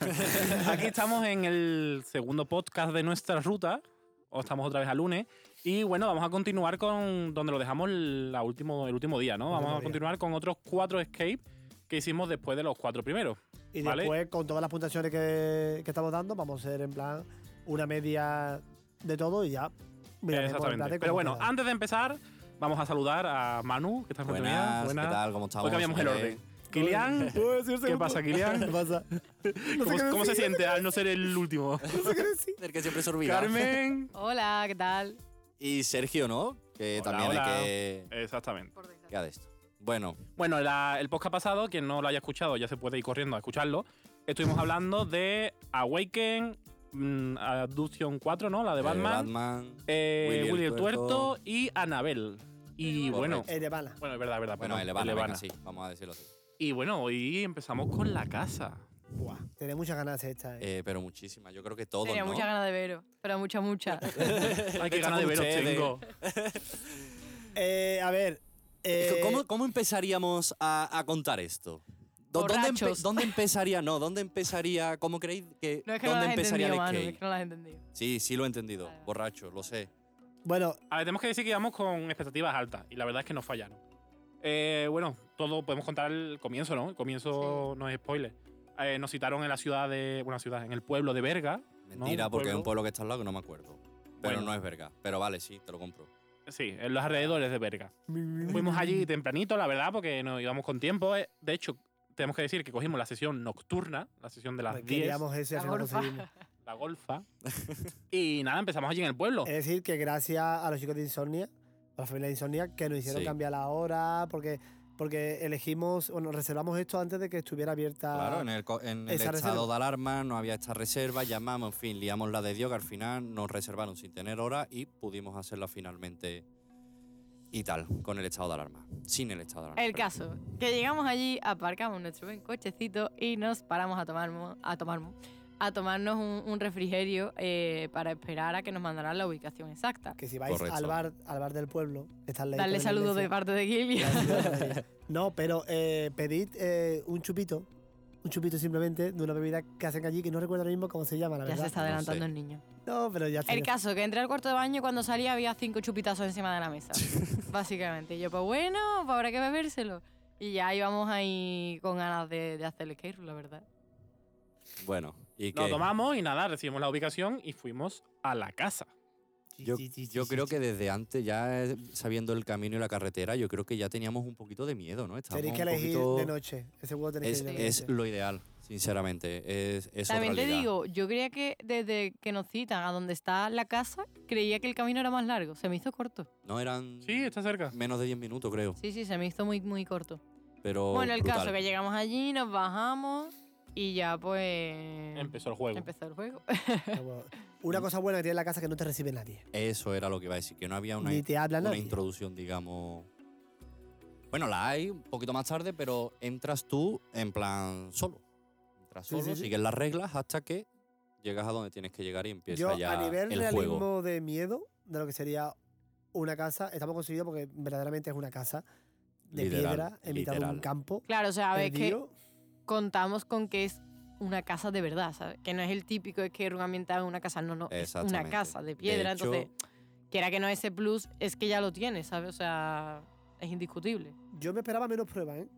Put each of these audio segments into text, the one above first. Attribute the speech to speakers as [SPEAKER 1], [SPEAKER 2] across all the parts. [SPEAKER 1] Aquí estamos en el segundo podcast de nuestra ruta. O estamos otra vez a lunes. Y bueno, vamos a continuar con donde lo dejamos la último, el último día, ¿no? Vamos a
[SPEAKER 2] día.
[SPEAKER 1] continuar con otros cuatro escape que hicimos después de los cuatro primeros.
[SPEAKER 2] Y
[SPEAKER 1] ¿vale?
[SPEAKER 2] después, con todas las puntuaciones que, que estamos dando, vamos a ser en plan una media de todo y ya. miraremos en plan de
[SPEAKER 1] Exactamente.
[SPEAKER 2] cómo
[SPEAKER 1] Pero bueno,
[SPEAKER 2] queda.
[SPEAKER 1] antes de empezar, vamos a saludar a Manu, que está frente
[SPEAKER 3] Buenas,
[SPEAKER 1] mía.
[SPEAKER 3] ¿qué tal? ¿Cómo estamos?
[SPEAKER 1] Hoy cambiamos el
[SPEAKER 3] Eh,
[SPEAKER 1] orden. Kilian,
[SPEAKER 2] Uy, sí, un
[SPEAKER 1] ¿qué
[SPEAKER 2] segundo.
[SPEAKER 1] pasa,
[SPEAKER 2] ¿Qué
[SPEAKER 1] Kilian?
[SPEAKER 2] pasa?
[SPEAKER 1] ¿Cómo,
[SPEAKER 2] qué
[SPEAKER 1] cómo se
[SPEAKER 2] decir,
[SPEAKER 1] siente al no ser el último?
[SPEAKER 2] No sé qué decir.
[SPEAKER 3] El que siempre se olvida.
[SPEAKER 1] Carmen.
[SPEAKER 4] Hola, ¿qué tal?
[SPEAKER 3] Y Sergio, ¿no? Que
[SPEAKER 1] Hola,
[SPEAKER 3] también
[SPEAKER 1] hola.
[SPEAKER 3] hay que.
[SPEAKER 1] Exactamente.
[SPEAKER 3] ¿Qué ha de esto? Bueno,
[SPEAKER 1] Bueno, la- el podcast pasado, quien no lo haya escuchado ya se puede ir corriendo a escucharlo. Estuvimos hablando de Awaken, mm, Abduction 4, ¿no? La de
[SPEAKER 3] eh,
[SPEAKER 1] Batman.
[SPEAKER 3] Batman,
[SPEAKER 1] eh, Willy, el Tuerto,
[SPEAKER 3] Tuerto.
[SPEAKER 1] y Anabel. Y
[SPEAKER 3] Correcto.
[SPEAKER 1] bueno.
[SPEAKER 2] El Eh, de bala.
[SPEAKER 1] Bueno, es verdad, es verdad.
[SPEAKER 3] Bueno,
[SPEAKER 1] perdón,
[SPEAKER 3] el Evana,
[SPEAKER 1] el
[SPEAKER 3] venga,
[SPEAKER 1] Evana.
[SPEAKER 3] sí, vamos a decirlo así.
[SPEAKER 1] Y bueno, hoy empezamos con la casa.
[SPEAKER 2] Buah, tiene muchas ganas de hacer esta. eh.
[SPEAKER 3] Eh, pero muchísima, yo creo que todos.
[SPEAKER 4] Tenía
[SPEAKER 3] ¿no?
[SPEAKER 4] muchas ganas de veros, pero mucha, mucha.
[SPEAKER 1] Ay, qué ganas de veros
[SPEAKER 3] Ustedes.
[SPEAKER 1] tengo.
[SPEAKER 2] Eh, a ver. eh,
[SPEAKER 3] ¿Cómo, cómo empezaríamos a, a contar esto? Do- ¿Dónde, empe-
[SPEAKER 4] Borrachos.
[SPEAKER 3] ¿Dónde empezaría? No, ¿dónde empezaría? ¿Cómo creéis que.?
[SPEAKER 4] No es que no
[SPEAKER 3] ¿Dónde
[SPEAKER 4] las he
[SPEAKER 3] empezaría
[SPEAKER 4] entendido,
[SPEAKER 3] el
[SPEAKER 4] mano,
[SPEAKER 3] skate?
[SPEAKER 4] es que no las he entendido.
[SPEAKER 3] Sí, sí lo he entendido.
[SPEAKER 4] Vale, vale.
[SPEAKER 3] Borracho, lo sé.
[SPEAKER 2] Bueno,
[SPEAKER 1] A ver, tenemos que decir que íbamos con expectativas altas y la verdad es que nos fallaron. Eh, bueno, todo podemos contar el comienzo, ¿no? El comienzo no es spoiler. Eh, nos citaron en la ciudad de. Bueno, ciudad, en el pueblo de Berga. ¿no?
[SPEAKER 3] Mentira, porque es un pueblo que está al lado que no me acuerdo. Pero
[SPEAKER 1] Bueno.
[SPEAKER 3] no es verga. Pero vale, sí, te lo compro.
[SPEAKER 1] Sí, en los alrededores de Berga. Fuimos
[SPEAKER 2] Mm.
[SPEAKER 1] allí tempranito, la verdad, porque nos íbamos con tiempo. Eh, De hecho, tenemos que decir que cogimos la sesión nocturna, la sesión de las 10,
[SPEAKER 2] queríamos ese, al
[SPEAKER 4] La
[SPEAKER 2] final lo
[SPEAKER 4] golfa.
[SPEAKER 2] conseguimos.
[SPEAKER 1] la golfa. y nada, empezamos allí en el pueblo.
[SPEAKER 2] Es decir, que gracias a los chicos de Insomnia, a la familia de Insomnia, que nos hicieron
[SPEAKER 3] Sí.
[SPEAKER 2] cambiar la hora, porque, porque elegimos, bueno, reservamos esto antes de que estuviera abierta.
[SPEAKER 3] Claro, en el, co- en el
[SPEAKER 2] Ah, esa
[SPEAKER 3] estado
[SPEAKER 2] reserva.
[SPEAKER 3] de alarma no había esta reserva, llamamos, en fin, liamos la de Dios, que al final nos reservaron sin tener hora y pudimos hacerla finalmente y tal, con el estado de alarma. Sin el estado de alarma.
[SPEAKER 4] El
[SPEAKER 3] perdón.
[SPEAKER 4] caso, que llegamos allí, aparcamos nuestro buen cochecito y nos paramos a tomarnos, a tomarnos, a tomarnos un, un refrigerio eh, para esperar a que nos mandaran la ubicación exacta.
[SPEAKER 2] Que si vais
[SPEAKER 3] Correcto.
[SPEAKER 2] al bar, al bar del pueblo, está al ladito de
[SPEAKER 4] Darle
[SPEAKER 2] la
[SPEAKER 4] saludos de
[SPEAKER 2] iglesia.
[SPEAKER 4] parte de Gillian.
[SPEAKER 2] No, pero eh, pedid eh, un chupito, un chupito simplemente de una bebida que hacen allí, que no recuerdo ahora mismo cómo se llama, la
[SPEAKER 4] ya
[SPEAKER 2] verdad.
[SPEAKER 4] se está
[SPEAKER 3] No
[SPEAKER 4] adelantando
[SPEAKER 3] sé.
[SPEAKER 4] el niño.
[SPEAKER 2] No, pero ya está.
[SPEAKER 4] El caso, que entré al cuarto de baño y cuando salí había cinco chupitazos encima de la mesa. básicamente. Y yo, pues bueno, pues habrá que bebérselo. Y ya íbamos ahí con ganas de, de hacer el skate, room, la verdad.
[SPEAKER 3] Bueno, y
[SPEAKER 1] Nos
[SPEAKER 3] que
[SPEAKER 1] tomamos y nada, recibimos la ubicación y fuimos a la casa.
[SPEAKER 3] yo, yo creo que desde antes, ya eh, sabiendo el camino y la carretera, yo creo que ya teníamos un poquito de miedo, ¿no? Estábamos
[SPEAKER 2] Tenéis que
[SPEAKER 3] un
[SPEAKER 2] elegir
[SPEAKER 3] poquito-
[SPEAKER 2] de noche. Ese huevo tenéis
[SPEAKER 3] Es,
[SPEAKER 2] que elegir de
[SPEAKER 3] es
[SPEAKER 2] noche.
[SPEAKER 3] lo ideal, sinceramente. Es, es
[SPEAKER 4] También
[SPEAKER 3] otra
[SPEAKER 4] te
[SPEAKER 3] liga.
[SPEAKER 4] digo, yo creía que desde que nos citan a donde está la casa, creía que el camino era más largo. Se me hizo corto.
[SPEAKER 3] No eran
[SPEAKER 1] Sí, está cerca.
[SPEAKER 3] menos de 10 minutos, creo.
[SPEAKER 4] Sí, sí, se me hizo muy, muy corto.
[SPEAKER 3] Pero
[SPEAKER 4] bueno, el
[SPEAKER 3] Oh, brutal.
[SPEAKER 4] caso, que llegamos allí, nos bajamos y ya
[SPEAKER 2] Mm.
[SPEAKER 4] pues...
[SPEAKER 1] Empezó el juego.
[SPEAKER 4] Empezó el juego.
[SPEAKER 2] Como- Una cosa buena que tiene la casa es que no te recibe nadie.
[SPEAKER 3] Eso era lo que iba a decir, que no había una,
[SPEAKER 2] Ni te habla
[SPEAKER 3] una
[SPEAKER 2] nadie.
[SPEAKER 3] introducción, digamos. Bueno, la hay un poquito más tarde, pero entras tú en plan solo. Entras
[SPEAKER 2] Sí,
[SPEAKER 3] solo,
[SPEAKER 2] sí, sí.
[SPEAKER 3] sigues las reglas hasta que llegas a donde tienes que llegar y empieza
[SPEAKER 2] Yo,
[SPEAKER 3] ya
[SPEAKER 2] a nivel
[SPEAKER 3] el
[SPEAKER 2] realismo
[SPEAKER 3] juego.
[SPEAKER 2] de miedo, de lo que sería una casa, estamos conseguidos porque verdaderamente es una casa de
[SPEAKER 3] Literal,
[SPEAKER 2] piedra en mitad de un
[SPEAKER 3] literal.
[SPEAKER 2] campo.
[SPEAKER 4] claro, o sea, a ver, que
[SPEAKER 2] perdido.
[SPEAKER 4] contamos con que es una casa de verdad, ¿sabes? Que no es el típico es que era un ambientado en una casa, no, no,
[SPEAKER 3] Eh.
[SPEAKER 4] es una
[SPEAKER 3] Exactamente.
[SPEAKER 4] casa de
[SPEAKER 3] De
[SPEAKER 4] piedra,
[SPEAKER 3] hecho-
[SPEAKER 4] entonces quiera que no ese plus es que ya lo tiene, ¿sabes? O sea, es indiscutible.
[SPEAKER 2] Yo me esperaba menos pruebas, ¿eh?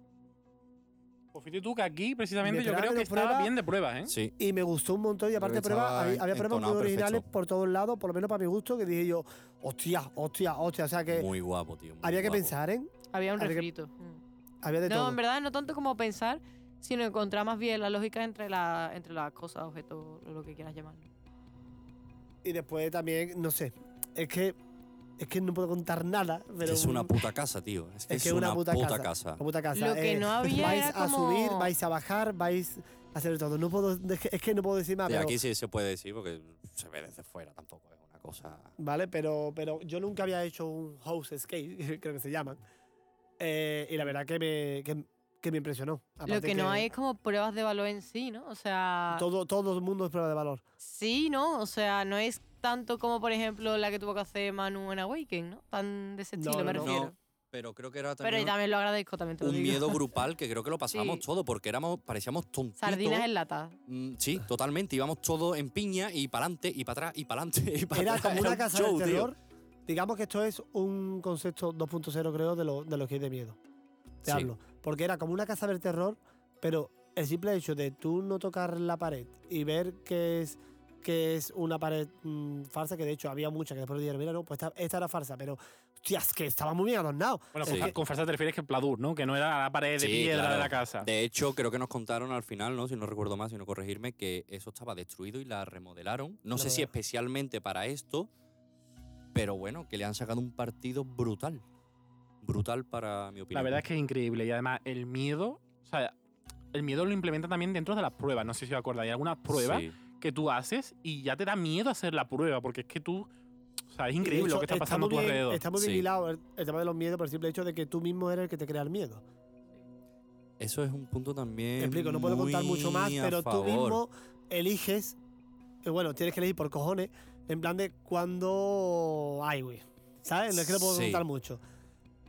[SPEAKER 1] Pues fíjate tú que aquí, precisamente,
[SPEAKER 2] Me
[SPEAKER 1] yo creo
[SPEAKER 2] traen
[SPEAKER 1] que
[SPEAKER 2] de
[SPEAKER 1] estaba
[SPEAKER 2] prueba.
[SPEAKER 1] bien de pruebas, ¿eh?
[SPEAKER 3] Sí,
[SPEAKER 2] Y me gustó un montón. Y aparte,
[SPEAKER 3] Creo que estaba
[SPEAKER 2] pruebas, había, había pruebas muy
[SPEAKER 3] entonado
[SPEAKER 2] originales
[SPEAKER 3] perfecto.
[SPEAKER 2] por todos lados, por lo menos para mi gusto, que dije yo, hostia, hostia, hostia. O sea que
[SPEAKER 3] muy guapo, tío. muy
[SPEAKER 2] Eh, había que
[SPEAKER 3] guapo.
[SPEAKER 2] pensar, ¿eh?
[SPEAKER 4] Había un
[SPEAKER 2] Habría que-
[SPEAKER 4] refrito. Mm.
[SPEAKER 2] Había de
[SPEAKER 4] No,
[SPEAKER 2] todo.
[SPEAKER 4] en verdad no tanto como pensar, sino encontrar más bien la lógica entre, la, entre las cosas, objetos, o lo que quieras llamarlo.
[SPEAKER 2] Y después también, no sé, es que es que no puedo contar nada,
[SPEAKER 3] Es
[SPEAKER 2] pero
[SPEAKER 3] que Es una puta casa, tío. Es que es,
[SPEAKER 2] es que es una puta, casa. Una puta casa.
[SPEAKER 4] Lo que no había
[SPEAKER 2] vais
[SPEAKER 4] era
[SPEAKER 2] a
[SPEAKER 4] como-
[SPEAKER 2] subir, vais a bajar, vais hacerlo todo. No puedo, es que- es que no puedo decir más.
[SPEAKER 3] De
[SPEAKER 2] pero-
[SPEAKER 3] aquí sí se puede decir porque se ve desde fuera, tampoco es una cosa.
[SPEAKER 2] ¿vale? Pero, pero yo nunca había hecho un house escape, creo que se llaman. Eh, y la verdad que me, que, que me impresionó.
[SPEAKER 4] Lo
[SPEAKER 2] Aparte
[SPEAKER 4] que no hay es como pruebas de valor en sí, ¿no? O sea,
[SPEAKER 2] Todo, todo el mundo es prueba de valor.
[SPEAKER 4] sí, ¿no? O sea, no es tanto como, por ejemplo, la que tuvo que hacer Manu en Awaken, ¿no? Tan de ese
[SPEAKER 2] No,
[SPEAKER 4] estilo, me
[SPEAKER 2] no, no.
[SPEAKER 4] refiero.
[SPEAKER 3] No, pero creo que era
[SPEAKER 4] Pero
[SPEAKER 3] también
[SPEAKER 4] y también lo agradezco, también te lo
[SPEAKER 3] un
[SPEAKER 4] digo.
[SPEAKER 3] miedo grupal que creo que lo pasábamos
[SPEAKER 4] Sí.
[SPEAKER 3] todo porque éramos, parecíamos tontitos.
[SPEAKER 4] Sardinas en lata.
[SPEAKER 3] Mm, Sí, totalmente. Íbamos todos en piña y para adelante y para atrás y para adelante y para
[SPEAKER 2] Era
[SPEAKER 3] atrás.
[SPEAKER 2] como una
[SPEAKER 3] un
[SPEAKER 2] casa
[SPEAKER 3] show,
[SPEAKER 2] de
[SPEAKER 3] tío.
[SPEAKER 2] terror. Digamos que esto es un concepto 2.0, creo, de lo, de lo que hay de miedo. Te
[SPEAKER 3] Sí.
[SPEAKER 2] hablo. Porque era como una casa del terror, pero el simple hecho de tú no tocar la pared y ver que es que es una pared mm, falsa, que de hecho había muchas que después dijeron, mira, no, pues esta, esta era falsa, pero hostias, que estaba muy bien adornado.
[SPEAKER 1] Bueno,
[SPEAKER 2] Es
[SPEAKER 3] Sí.
[SPEAKER 1] con, fa- con falsa te refieres que Pladur, ¿no? Que no era la pared de
[SPEAKER 3] Sí,
[SPEAKER 1] piedra de
[SPEAKER 3] claro.
[SPEAKER 1] la casa.
[SPEAKER 3] De hecho, creo que nos contaron al final, ¿no? Si no recuerdo más, si no corregirme, que eso estaba destruido y la remodelaron. No sé si
[SPEAKER 2] Remodelaron.
[SPEAKER 3] especialmente para esto, pero bueno, que le han sacado un partido brutal. Brutal para mi opinión.
[SPEAKER 1] La verdad es que es increíble. Y además, el miedo. O sea, el miedo lo implementa también dentro de las pruebas. No sé si os acordáis. Hay algunas pruebas
[SPEAKER 3] Sí.
[SPEAKER 1] que tú haces y ya te da miedo hacer la prueba. Porque es que tú. O sea, es
[SPEAKER 2] Y de
[SPEAKER 1] increíble
[SPEAKER 2] hecho,
[SPEAKER 1] lo que está pasando a tu
[SPEAKER 2] muy bien-
[SPEAKER 1] alrededor.
[SPEAKER 2] Está muy bien
[SPEAKER 3] Sí.
[SPEAKER 2] hilado el, el tema de los miedos por el simple hecho de que tú mismo eres el que te crea el miedo.
[SPEAKER 3] Eso es un punto también.
[SPEAKER 2] Te explico, no puedo contar mucho más,
[SPEAKER 3] Eh, muy a
[SPEAKER 2] pero tú
[SPEAKER 3] favor.
[SPEAKER 2] mismo eliges, eh, bueno, tienes que elegir por cojones, en plan de cuando hay, güey. ¿Sabes? No es que no puedo
[SPEAKER 3] Sí.
[SPEAKER 2] contar mucho.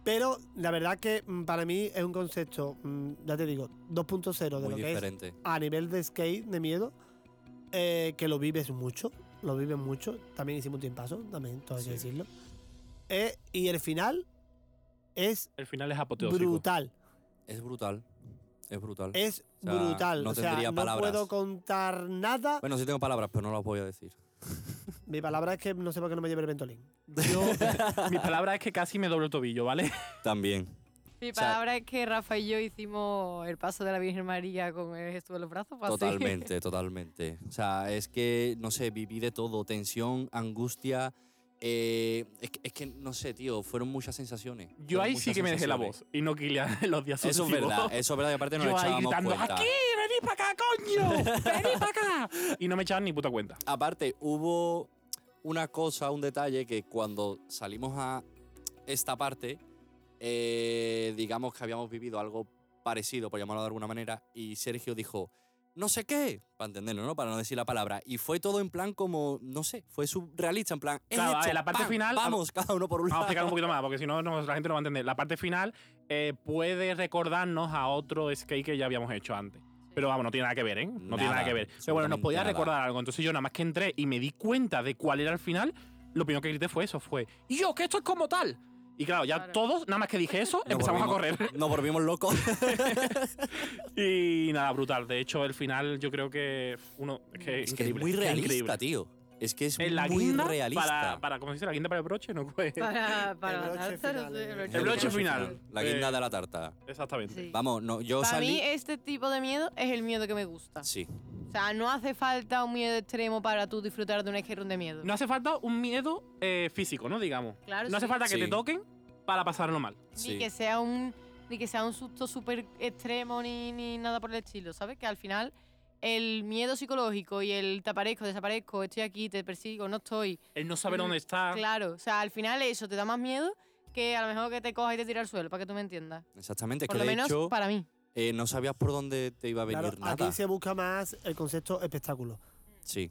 [SPEAKER 2] Pero la verdad que mm, para mí es un concepto, mm, ya te digo, 2.0 de
[SPEAKER 3] Muy
[SPEAKER 2] lo que es
[SPEAKER 3] diferente.
[SPEAKER 2] a nivel de skate, de miedo, eh, que lo vives mucho, lo vives mucho. También hicimos un tiempazo, también, todo hay que decirlo. Eh, y el final es
[SPEAKER 1] El final es apoteósico.
[SPEAKER 2] brutal.
[SPEAKER 3] Es brutal. Es brutal.
[SPEAKER 2] Es
[SPEAKER 3] O sea,
[SPEAKER 2] brutal.
[SPEAKER 3] no
[SPEAKER 2] o sea,
[SPEAKER 3] tendría
[SPEAKER 2] no
[SPEAKER 3] palabras.
[SPEAKER 2] puedo contar nada.
[SPEAKER 3] Bueno, sí tengo palabras, pero no las voy a decir.
[SPEAKER 2] Mi palabra es que no sé por qué no me lleve el ventolín.
[SPEAKER 1] Yo, mi palabra es que casi me doble el tobillo, ¿vale?
[SPEAKER 3] También.
[SPEAKER 4] Mi
[SPEAKER 3] sea-
[SPEAKER 4] palabra es que Rafa y yo hicimos el paso de la Virgen María con el gesto de los brazos. fue así.
[SPEAKER 3] Totalmente, totalmente. O sea, es que, no sé, viví de todo. Tensión, angustia. eh, es, que, es que, no sé, tío, fueron muchas sensaciones.
[SPEAKER 1] Yo
[SPEAKER 3] fueron
[SPEAKER 1] ahí sí
[SPEAKER 3] muchas
[SPEAKER 1] que me dejé la
[SPEAKER 3] sensaciones.
[SPEAKER 1] voz y no Kilian en los días
[SPEAKER 3] Eso es
[SPEAKER 1] sucesivos.
[SPEAKER 3] verdad, eso es verdad. Y aparte nos
[SPEAKER 1] Yo ahí
[SPEAKER 3] echábamos
[SPEAKER 1] gritando,
[SPEAKER 3] cuenta.
[SPEAKER 1] ¡aquí! ¡Venid para acá, coño! ¡Venid para acá! Y no me echaban ni puta cuenta.
[SPEAKER 3] Aparte, hubo una cosa, un detalle que cuando salimos a esta parte, eh, digamos que habíamos vivido algo parecido, por llamarlo de alguna manera, y Sergio dijo, no sé qué, para entenderlo, ¿no? Para no decir la palabra. Y fue todo en plan como, no sé, fue surrealista, en plan, "Es
[SPEAKER 1] Claro,
[SPEAKER 3] esto,
[SPEAKER 1] en la parte
[SPEAKER 3] ¡pam!
[SPEAKER 1] final-
[SPEAKER 3] Vamos, cada uno por un
[SPEAKER 1] Vamos a
[SPEAKER 3] lado.
[SPEAKER 1] explicar un poquito más, porque si no, no, la gente no va a entender. La parte final eh, puede recordarnos a otro skate que ya habíamos hecho antes. Pero vamos, no tiene nada que ver, ¿eh? No tiene nada
[SPEAKER 3] Nada,
[SPEAKER 1] que ver. Pero bueno, nos podía
[SPEAKER 3] absolutamente
[SPEAKER 1] recordar algo. Entonces yo nada más que entré y me di cuenta de cuál era el final, lo primero que grité fue eso, fue, "Y yo, que esto es como tal. Y claro, ya
[SPEAKER 4] Claro.
[SPEAKER 1] todos, nada más que dije eso,
[SPEAKER 3] Nos
[SPEAKER 1] empezamos a
[SPEAKER 3] volvimos-
[SPEAKER 1] correr.
[SPEAKER 3] Nos volvimos locos.
[SPEAKER 1] Y nada, brutal. De hecho, el final yo creo que uno es que
[SPEAKER 3] es que es
[SPEAKER 1] increíble,
[SPEAKER 3] muy
[SPEAKER 1] es
[SPEAKER 3] realista,
[SPEAKER 1] increíble.
[SPEAKER 3] tío. Es que es
[SPEAKER 1] Es la
[SPEAKER 3] muy
[SPEAKER 1] guinda
[SPEAKER 3] realista.
[SPEAKER 1] para para ¿cómo se dice? La guinda para el broche, no
[SPEAKER 4] Ah, Para, para
[SPEAKER 2] broche
[SPEAKER 4] la tarta, no
[SPEAKER 2] final,
[SPEAKER 4] sé,
[SPEAKER 2] eh.
[SPEAKER 1] El broche final.
[SPEAKER 3] La guinda
[SPEAKER 1] Eh,
[SPEAKER 3] de la tarta.
[SPEAKER 1] Exactamente.
[SPEAKER 4] Sí.
[SPEAKER 3] Vamos, no, yo
[SPEAKER 4] Para
[SPEAKER 3] salí...
[SPEAKER 4] mí este tipo de miedo es el miedo que me gusta.
[SPEAKER 3] Sí,
[SPEAKER 4] O sea, no hace falta un miedo extremo para tú disfrutar de un esquerrón de miedo.
[SPEAKER 1] No hace falta un miedo eh, físico, ¿no? Digamos.
[SPEAKER 4] Claro,
[SPEAKER 1] no hace
[SPEAKER 4] sí.
[SPEAKER 1] falta que te
[SPEAKER 3] Sí.
[SPEAKER 1] toquen para pasarlo mal.
[SPEAKER 4] ni
[SPEAKER 3] sí.
[SPEAKER 4] que sea un ni que sea un susto súper extremo ni, ni nada por el estilo, ¿sabes? Que al final el miedo psicológico y el te aparezco, desaparezco, estoy aquí, te persigo, no estoy.
[SPEAKER 1] El no saber
[SPEAKER 4] Mm,
[SPEAKER 1] dónde
[SPEAKER 3] Ah.
[SPEAKER 1] está.
[SPEAKER 4] Claro, o sea, al final eso te da más miedo que a lo mejor que te coja y te tira al suelo, para que tú me entiendas.
[SPEAKER 3] Exactamente, es
[SPEAKER 4] por
[SPEAKER 3] que
[SPEAKER 4] lo
[SPEAKER 3] de
[SPEAKER 4] menos
[SPEAKER 3] hecho
[SPEAKER 4] para mí.
[SPEAKER 3] eh, no sabías por dónde te iba a venir
[SPEAKER 2] Claro,
[SPEAKER 3] nada.
[SPEAKER 2] aquí se busca más el concepto espectáculo.
[SPEAKER 3] Sí,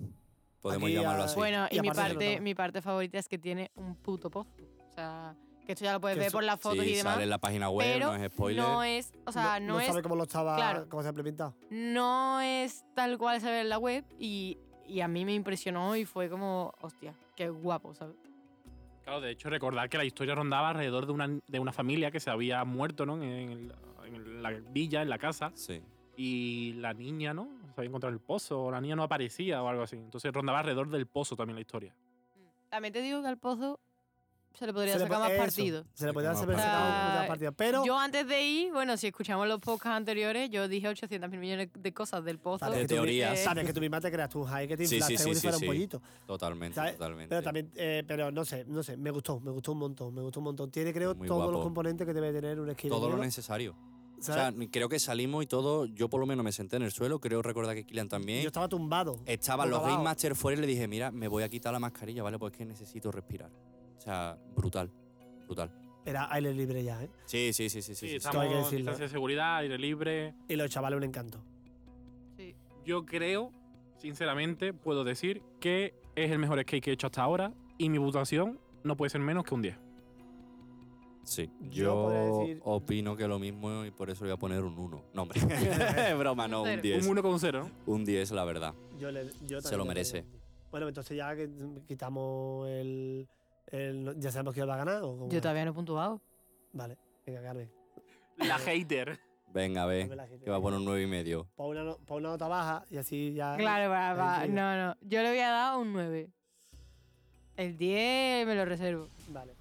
[SPEAKER 3] podemos
[SPEAKER 2] Aquí,
[SPEAKER 3] llamarlo
[SPEAKER 2] ah,
[SPEAKER 3] así.
[SPEAKER 4] Bueno,
[SPEAKER 2] Y
[SPEAKER 4] y, mi
[SPEAKER 2] aparte se
[SPEAKER 4] parte,
[SPEAKER 2] notaba.
[SPEAKER 4] mi parte favorita es que tiene un puto pozo. O sea, que esto ya lo puedes
[SPEAKER 2] Que
[SPEAKER 4] ver
[SPEAKER 2] eso-
[SPEAKER 4] por las
[SPEAKER 3] Sí,
[SPEAKER 4] fotos y demás.
[SPEAKER 3] sale en la página web,
[SPEAKER 4] pero
[SPEAKER 3] no es spoiler.
[SPEAKER 4] No es, o sea, no, es,
[SPEAKER 2] sabe cómo lo estaba,
[SPEAKER 4] claro.
[SPEAKER 2] cómo se ha implementado.
[SPEAKER 4] no es tal cual se ve en la web y, y a mí me impresionó y fue como, hostia, qué guapo, ¿sabes?
[SPEAKER 1] Claro, de hecho, recordar que la historia rondaba alrededor de una, de una familia que se había muerto, ¿no? En, el- en la villa, en la casa.
[SPEAKER 3] Sí.
[SPEAKER 1] Y la niña, ¿no? Se había encontrado en el pozo. O la niña no aparecía o algo así. Entonces rondaba alrededor del pozo también la historia.
[SPEAKER 4] También te digo que al pozo se le podría
[SPEAKER 2] Se le
[SPEAKER 4] sacar
[SPEAKER 2] po-
[SPEAKER 4] más
[SPEAKER 2] eso,
[SPEAKER 4] partido.
[SPEAKER 2] Se le podía
[SPEAKER 3] Sacamos
[SPEAKER 2] haber
[SPEAKER 3] más
[SPEAKER 4] partido.
[SPEAKER 2] sacado
[SPEAKER 4] Ah,
[SPEAKER 2] una partida. Pero
[SPEAKER 4] yo antes de ir, bueno, si escuchamos los podcasts anteriores, yo dije 800 mil millones de cosas del pozo.
[SPEAKER 2] Vale,
[SPEAKER 3] De
[SPEAKER 2] que tú-
[SPEAKER 3] teorías.
[SPEAKER 4] eh,
[SPEAKER 2] sabes que tú misma te creas tu high que te
[SPEAKER 3] Sí, sí,
[SPEAKER 2] inflaste
[SPEAKER 3] sí,
[SPEAKER 2] como si
[SPEAKER 3] sí,
[SPEAKER 2] fuera
[SPEAKER 3] sí.
[SPEAKER 2] un pollito.
[SPEAKER 3] Totalmente,
[SPEAKER 2] ¿Sabes?
[SPEAKER 3] totalmente.
[SPEAKER 2] Pero también, eh, pero no sé, no sé, me gustó, me gustó un montón, me gustó un montón. Tiene, creo,
[SPEAKER 3] Muy
[SPEAKER 2] todos
[SPEAKER 3] guapo.
[SPEAKER 2] los componentes que debe tener un esquí de
[SPEAKER 3] Todo lo
[SPEAKER 2] miedo.
[SPEAKER 3] necesario. O sea, creo que salimos y todo. Yo por lo menos me senté en el suelo. Creo recordar que Kilian también.
[SPEAKER 2] Yo estaba tumbado.
[SPEAKER 3] Estaban los
[SPEAKER 2] boca
[SPEAKER 3] Game
[SPEAKER 2] abajo.
[SPEAKER 3] Master fuera y le dije, mira, me voy a quitar la mascarilla, ¿vale? Pues es que necesito respirar. O sea, brutal. Brutal.
[SPEAKER 2] Era aire libre ya, ¿eh?
[SPEAKER 3] Sí, sí, sí, sí, sí.
[SPEAKER 1] Sí,
[SPEAKER 3] sí, sí.
[SPEAKER 1] estamos
[SPEAKER 2] hay que
[SPEAKER 1] en
[SPEAKER 2] decirlo.
[SPEAKER 1] distancia de seguridad, aire libre.
[SPEAKER 2] Y los chavales un encanto.
[SPEAKER 4] Sí.
[SPEAKER 1] Yo creo, sinceramente, puedo decir que es el mejor skate que he hecho hasta ahora y mi votación no puede ser menos que un 10.
[SPEAKER 3] Sí.
[SPEAKER 2] Yo
[SPEAKER 3] Yo
[SPEAKER 2] podría decir-
[SPEAKER 3] opino que lo mismo y por eso le voy a poner un 1. No, hombre. Broma, no, un
[SPEAKER 4] Cero.
[SPEAKER 3] 10.
[SPEAKER 1] Un 1,0, ¿no?
[SPEAKER 3] Un 10, la verdad.
[SPEAKER 2] Yo le- yo
[SPEAKER 3] Se
[SPEAKER 2] también
[SPEAKER 3] lo
[SPEAKER 2] le
[SPEAKER 3] merece.
[SPEAKER 2] doy un 10. Bueno, entonces ya que quitamos el. el- ¿Ya sabemos quién va a ganar? ¿o cómo
[SPEAKER 4] Yo
[SPEAKER 2] va?
[SPEAKER 4] todavía no he puntuado.
[SPEAKER 2] Vale, venga, Carmen.
[SPEAKER 1] La hater.
[SPEAKER 3] Venga,
[SPEAKER 2] ponme
[SPEAKER 3] ve.
[SPEAKER 2] la gente.
[SPEAKER 3] Que va a poner un 9 y medio.
[SPEAKER 2] Pon una, no- pon una nota baja y así ya.
[SPEAKER 4] Claro, va, va,
[SPEAKER 2] Tranquila.
[SPEAKER 4] no, no. Yo le había dado un 9. El 10 me lo reservo.
[SPEAKER 2] Vale.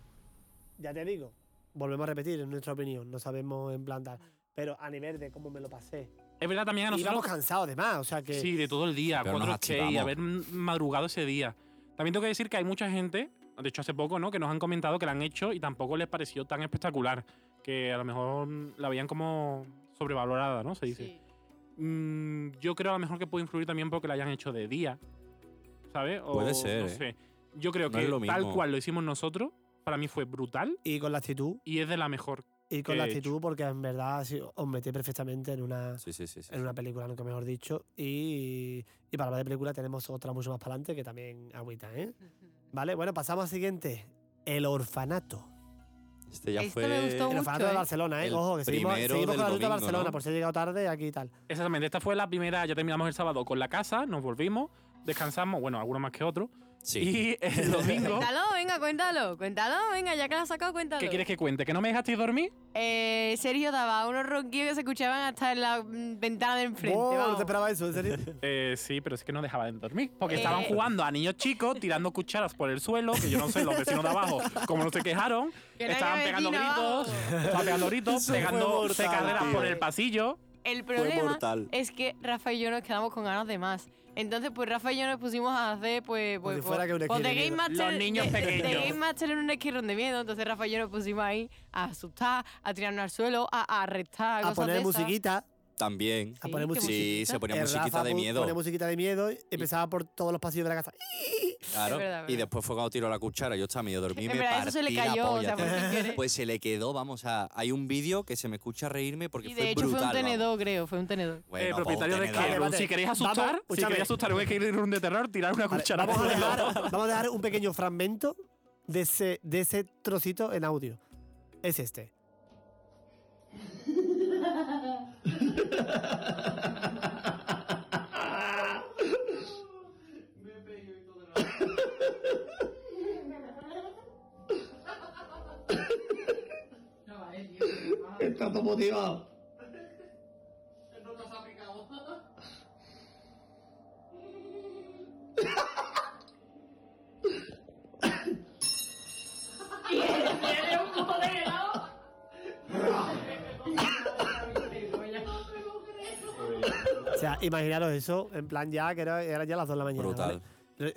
[SPEAKER 2] Ya te digo, volvemos a repetir, en nuestra opinión, no sabemos en plan tal. Pero a nivel de cómo me lo pasé.
[SPEAKER 1] Es verdad también a
[SPEAKER 2] Y
[SPEAKER 1] nosotros.
[SPEAKER 2] íbamos cansados además, o sea que.
[SPEAKER 1] Sí, de todo el día,
[SPEAKER 3] Pero nos
[SPEAKER 1] cuatro k y
[SPEAKER 3] activamos.
[SPEAKER 1] haber madrugado ese día. También tengo que decir que hay mucha gente, de hecho hace poco, ¿no? Que nos han comentado que la han hecho y tampoco les pareció tan espectacular. Que a lo mejor mm, la veían como sobrevalorada, ¿no? Se dice. Mm, yo creo a lo mejor que puede influir también porque la hayan hecho de día. ¿Sabes? O,
[SPEAKER 3] Puede ser,
[SPEAKER 1] No
[SPEAKER 3] ¿eh?
[SPEAKER 1] sé. Yo creo
[SPEAKER 3] No
[SPEAKER 1] que
[SPEAKER 3] es lo
[SPEAKER 1] tal
[SPEAKER 3] mismo.
[SPEAKER 1] cual lo hicimos nosotros, para mí fue brutal
[SPEAKER 2] Y con la actitud,
[SPEAKER 1] y es de la mejor.
[SPEAKER 2] y con
[SPEAKER 1] ¿Qué
[SPEAKER 2] la
[SPEAKER 1] he hecho?
[SPEAKER 2] actitud, porque en verdad sí, os metí perfectamente en una.
[SPEAKER 3] Sí, sí, sí. sí.
[SPEAKER 2] en una película, nunca mejor dicho. Y, y para hablar de película tenemos otra mucho más para adelante que también agüita, ¿eh? Vale, bueno, pasamos al siguiente. El orfanato.
[SPEAKER 3] Este ya
[SPEAKER 4] Esto
[SPEAKER 3] fue.
[SPEAKER 4] me gustó
[SPEAKER 2] El
[SPEAKER 4] mucho,
[SPEAKER 2] orfanato de
[SPEAKER 4] ¿eh?
[SPEAKER 2] Barcelona, ¿eh?
[SPEAKER 3] El
[SPEAKER 2] Ojo, que seguimos,
[SPEAKER 3] primero
[SPEAKER 2] seguimos con
[SPEAKER 3] del
[SPEAKER 2] la ruta de
[SPEAKER 3] domingo,
[SPEAKER 2] Barcelona,
[SPEAKER 3] ¿no?
[SPEAKER 2] por si he llegado tarde aquí y tal.
[SPEAKER 1] Exactamente, esta fue la primera, ya terminamos el sábado con la casa, nos volvimos, descansamos, bueno, alguno más que otro.
[SPEAKER 3] Sí.
[SPEAKER 1] Y el domingo...
[SPEAKER 4] Cuéntalo, venga, cuéntalo. Cuéntalo, venga, ya que lo has sacado, cuéntalo.
[SPEAKER 1] ¿Qué quieres que cuente? ¿Que no me dejasteis dormir?
[SPEAKER 4] Eh, Sergio daba unos ronquidos que se escuchaban hasta en la mm, ventana de enfrente.
[SPEAKER 2] Oh, no
[SPEAKER 4] vamos.
[SPEAKER 2] te esperaba eso, en serio.
[SPEAKER 1] Eh, sí, pero es que no dejaba de dormir. Porque
[SPEAKER 4] Eh.
[SPEAKER 1] estaban jugando a niños chicos, tirando cucharas por el suelo, que yo no sé, los vecinos de abajo, como no se quejaron,
[SPEAKER 4] Que no haya
[SPEAKER 1] estaban pegando
[SPEAKER 4] vecino,
[SPEAKER 1] gritos,
[SPEAKER 4] vamos.
[SPEAKER 1] estaban pegando gritos,
[SPEAKER 3] Eso fue
[SPEAKER 1] pegando
[SPEAKER 3] mortal,
[SPEAKER 1] carreras
[SPEAKER 3] tío.
[SPEAKER 1] por el pasillo. eh,
[SPEAKER 4] El
[SPEAKER 3] Fue
[SPEAKER 4] problema
[SPEAKER 3] mortal.
[SPEAKER 4] es que Rafa y yo nos quedamos con ganas de más. Entonces, pues Rafa y yo nos pusimos a hacer, pues,
[SPEAKER 2] Como
[SPEAKER 4] pues,
[SPEAKER 2] si
[SPEAKER 4] pues,
[SPEAKER 2] fuera que un
[SPEAKER 4] pues, de
[SPEAKER 2] esquirón de
[SPEAKER 4] Game
[SPEAKER 2] miedo.
[SPEAKER 4] Master,
[SPEAKER 1] Los niños
[SPEAKER 4] de- de- de
[SPEAKER 1] pequeños.
[SPEAKER 4] Game Master en un esquirón de miedo. Entonces, Rafa y yo nos pusimos ahí a asustar, a tirarnos al suelo, a, a restar,
[SPEAKER 2] A
[SPEAKER 4] cosas de
[SPEAKER 2] poner
[SPEAKER 4] esas.
[SPEAKER 2] musiquita.
[SPEAKER 3] También.
[SPEAKER 2] a poner
[SPEAKER 4] qué
[SPEAKER 2] musiquita.
[SPEAKER 3] Sí, se ponía
[SPEAKER 2] El
[SPEAKER 3] musiquita
[SPEAKER 2] Rafa
[SPEAKER 3] de
[SPEAKER 2] pu-
[SPEAKER 3] miedo.
[SPEAKER 2] Ponía musiquita de miedo y empezaba por todos los pasillos de la casa.
[SPEAKER 3] Claro.
[SPEAKER 4] Es verdad,
[SPEAKER 3] y
[SPEAKER 4] verdad.
[SPEAKER 3] después fue cuando tiró la cuchara. Yo estaba medio dormido.
[SPEAKER 4] En
[SPEAKER 3] me
[SPEAKER 4] verdad, eso se le
[SPEAKER 3] partí la
[SPEAKER 4] cayó, o
[SPEAKER 3] polla,
[SPEAKER 4] sea,
[SPEAKER 3] tío.
[SPEAKER 4] fue sin querer.
[SPEAKER 3] Pues se le quedó, vamos a. Hay un vídeo que se me escucha reírme porque
[SPEAKER 4] Y
[SPEAKER 3] fue
[SPEAKER 4] de hecho
[SPEAKER 3] brutal.
[SPEAKER 4] fue un
[SPEAKER 3] vamos.
[SPEAKER 4] tenedor, creo, fue un tenedor.
[SPEAKER 3] Bueno,
[SPEAKER 1] Eh,
[SPEAKER 3] pues, un
[SPEAKER 1] propietario de
[SPEAKER 3] tenedor.
[SPEAKER 2] Vale,
[SPEAKER 1] Skate
[SPEAKER 2] vale.
[SPEAKER 1] Si queréis
[SPEAKER 2] Vamos,
[SPEAKER 1] asustar, si
[SPEAKER 2] escúchame.
[SPEAKER 1] queréis asustar un Skate Room de terror, tirar una
[SPEAKER 2] Vale,
[SPEAKER 1] cuchara.
[SPEAKER 2] vamos, a
[SPEAKER 1] por el
[SPEAKER 2] dejar,
[SPEAKER 1] ojo.
[SPEAKER 2] vamos a dejar un pequeño fragmento de ese, de ese trocito en audio. Es este.
[SPEAKER 5] Estás motivado.
[SPEAKER 2] O sea, imaginaros eso, en plan ya, que era, era ya las 2 de la mañana.
[SPEAKER 3] Brutal.
[SPEAKER 2] ¿vale?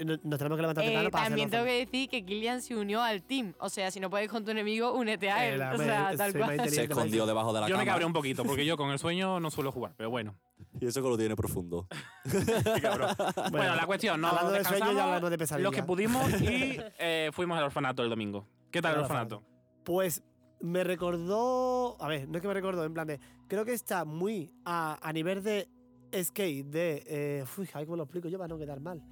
[SPEAKER 2] Nos, nos tenemos que levantar
[SPEAKER 4] Eh,
[SPEAKER 2] temprano para
[SPEAKER 4] también tengo
[SPEAKER 2] hacerlo.
[SPEAKER 4] que decir que Killian se unió al team. O sea, si no podéis con tu enemigo, únete a
[SPEAKER 2] Eh,
[SPEAKER 4] él.
[SPEAKER 2] la
[SPEAKER 4] o
[SPEAKER 2] me-
[SPEAKER 4] sea, tal
[SPEAKER 2] soy
[SPEAKER 4] cual.
[SPEAKER 2] más
[SPEAKER 3] Se
[SPEAKER 2] inteligente, me
[SPEAKER 3] escondió
[SPEAKER 2] dice.
[SPEAKER 3] debajo de la
[SPEAKER 1] Yo me
[SPEAKER 3] cama.
[SPEAKER 1] cabré un poquito, porque yo con el sueño no suelo jugar, pero bueno.
[SPEAKER 3] Y eso que lo tiene profundo.
[SPEAKER 1] qué cabrón. Bueno, la cuestión, no
[SPEAKER 2] hablando de sueño, ya
[SPEAKER 1] descansamos
[SPEAKER 2] hablamos de pesadilla.
[SPEAKER 1] Los que pudimos y eh, fuimos al orfanato el domingo. ¿Qué tal el
[SPEAKER 2] Al
[SPEAKER 1] orfanato?
[SPEAKER 2] Pues me recordó. A ver, no es que me recordó, en plan de. Creo que está muy a, a nivel de skate, de. Eh, uy, a ver cómo lo explico yo para no quedar mal.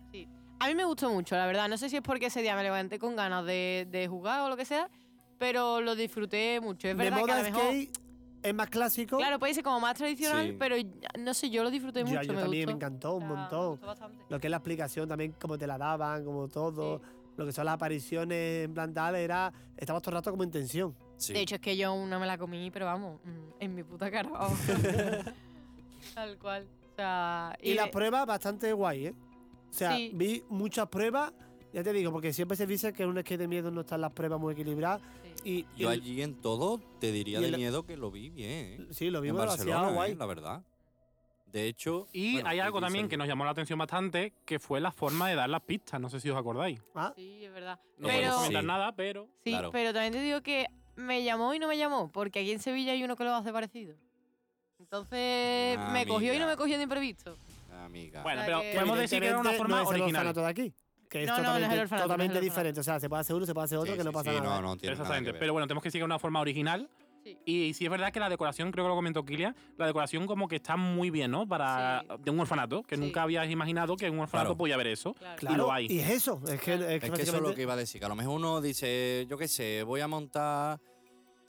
[SPEAKER 4] A mí me gustó mucho, la verdad. No sé si es porque ese día me levanté con ganas de, de jugar o lo que sea, pero lo disfruté mucho. Es
[SPEAKER 2] de
[SPEAKER 4] verdad que a
[SPEAKER 2] moda
[SPEAKER 4] lo mejor.
[SPEAKER 2] skate es más clásico.
[SPEAKER 4] Claro, puede ser como más tradicional,
[SPEAKER 3] Sí.
[SPEAKER 4] pero ya- no sé, yo lo disfruté
[SPEAKER 2] yo,
[SPEAKER 4] mucho.
[SPEAKER 2] yo
[SPEAKER 4] me
[SPEAKER 2] también me
[SPEAKER 4] gustó.
[SPEAKER 2] encantó un
[SPEAKER 4] O sea, me
[SPEAKER 2] montón.
[SPEAKER 4] gustó bastante.
[SPEAKER 2] Lo que es la explicación también, cómo te la daban, como todo.
[SPEAKER 4] Sí.
[SPEAKER 2] Lo que son las apariciones en plan tal, era. Estabas todo el rato como en tensión.
[SPEAKER 3] Sí.
[SPEAKER 4] De hecho, es que yo aún no me la comí, pero vamos, mm, en mi puta cara. vamos. tal cual. O sea,
[SPEAKER 2] Y, las
[SPEAKER 4] de-
[SPEAKER 2] pruebas bastante guay, ¿eh? O sea,
[SPEAKER 4] Sí.
[SPEAKER 2] vi muchas pruebas, ya te digo, porque siempre se dice que en un skate de miedo no están las pruebas muy equilibradas.
[SPEAKER 4] sí.
[SPEAKER 2] Y,
[SPEAKER 3] Yo
[SPEAKER 2] y-
[SPEAKER 3] allí en todo te diría
[SPEAKER 2] y
[SPEAKER 3] de
[SPEAKER 2] el-
[SPEAKER 3] miedo que lo vi bien. ¿eh?
[SPEAKER 2] sí, lo
[SPEAKER 3] En
[SPEAKER 2] vimos
[SPEAKER 3] Barcelona,
[SPEAKER 2] demasiado
[SPEAKER 3] ¿eh?
[SPEAKER 2] guay.
[SPEAKER 3] la verdad. De hecho.
[SPEAKER 1] Y
[SPEAKER 3] bueno,
[SPEAKER 1] hay algo
[SPEAKER 3] aquí
[SPEAKER 1] también
[SPEAKER 3] se-
[SPEAKER 1] que nos llamó la atención bastante, que fue la forma de dar las pistas. No sé si os acordáis.
[SPEAKER 2] Ah,
[SPEAKER 4] Sí, es verdad.
[SPEAKER 1] No
[SPEAKER 4] Pero-
[SPEAKER 1] podemos comentar
[SPEAKER 3] Sí.
[SPEAKER 1] nada, pero.
[SPEAKER 4] Sí,
[SPEAKER 3] Claro.
[SPEAKER 4] pero también te digo que me llamó y no me llamó, porque aquí en Sevilla hay uno que lo hace parecido. Entonces,
[SPEAKER 3] Ah,
[SPEAKER 4] me cogió y
[SPEAKER 3] amiga.
[SPEAKER 4] no me cogió de imprevisto.
[SPEAKER 3] Amiga.
[SPEAKER 1] Bueno,
[SPEAKER 4] O sea
[SPEAKER 1] pero
[SPEAKER 4] que-
[SPEAKER 1] podemos decir que era una
[SPEAKER 2] Evidentemente,
[SPEAKER 1] forma
[SPEAKER 2] no es el
[SPEAKER 1] original.
[SPEAKER 2] orfanato de aquí. Que es
[SPEAKER 4] No, no, no es el
[SPEAKER 2] totalmente,
[SPEAKER 4] orfanato, no es el
[SPEAKER 2] totalmente
[SPEAKER 4] orfanato.
[SPEAKER 2] diferente. O sea, se puede hacer uno, se puede hacer otro,
[SPEAKER 3] Sí,
[SPEAKER 2] que no
[SPEAKER 3] sí,
[SPEAKER 2] pasa
[SPEAKER 3] sí,
[SPEAKER 2] nada.
[SPEAKER 3] No, no tiene nada que
[SPEAKER 1] Exactamente.
[SPEAKER 3] ver.
[SPEAKER 1] Pero bueno, tenemos que decir que era una forma original.
[SPEAKER 4] Sí.
[SPEAKER 1] Y sí es verdad que la decoración, creo que lo comentó Kilia, la decoración como que está muy bien, ¿no? Para
[SPEAKER 4] Sí.
[SPEAKER 1] de un orfanato, que
[SPEAKER 4] Sí.
[SPEAKER 1] nunca habías imaginado que en un orfanato
[SPEAKER 3] Claro.
[SPEAKER 1] podía haber eso.
[SPEAKER 4] Claro.
[SPEAKER 2] Claro, y,
[SPEAKER 1] lo hay.
[SPEAKER 2] es eso. Es que, es que
[SPEAKER 3] es que eso es lo
[SPEAKER 2] básicamente-
[SPEAKER 3] que iba a decir. Que a lo mejor uno dice, yo qué sé, voy a montar.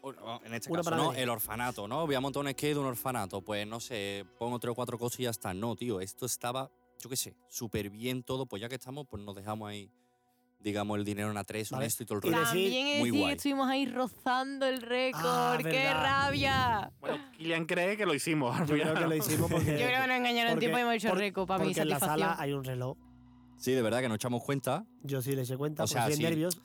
[SPEAKER 3] o- o En este
[SPEAKER 2] Una
[SPEAKER 3] caso, ¿no?
[SPEAKER 2] panadería.
[SPEAKER 3] El orfanato, ¿no? Voy a montar un skate de un orfanato. Pues no sé, pongo tres o cuatro cosas y ya está. No, tío, esto estaba, yo qué sé, súper bien todo. Pues ya que estamos, pues nos dejamos ahí, digamos, el dinero en A3,
[SPEAKER 2] Vale.
[SPEAKER 3] un esto y todo el
[SPEAKER 2] Y
[SPEAKER 3] rollo.
[SPEAKER 2] decir-
[SPEAKER 4] También es
[SPEAKER 3] muy
[SPEAKER 4] decir,
[SPEAKER 3] guay.
[SPEAKER 4] estuvimos ahí rozando el récord. ¡Qué
[SPEAKER 2] Ah, verdad.
[SPEAKER 4] rabia!
[SPEAKER 1] Bueno, Kilian cree que lo hicimos. al
[SPEAKER 2] Yo creo
[SPEAKER 1] final.
[SPEAKER 2] que lo hicimos porque.
[SPEAKER 4] Yo creo que nos engañaron un
[SPEAKER 2] porque-
[SPEAKER 4] tiempo y hemos hecho
[SPEAKER 2] por-
[SPEAKER 4] récord para mi
[SPEAKER 2] porque en la
[SPEAKER 4] satisfacción.
[SPEAKER 2] sala hay un reloj.
[SPEAKER 3] Sí, de verdad que nos echamos cuenta.
[SPEAKER 2] Yo sí le eché cuenta,
[SPEAKER 3] O
[SPEAKER 2] por
[SPEAKER 3] sea,
[SPEAKER 2] si hay
[SPEAKER 3] sí.
[SPEAKER 2] nervios.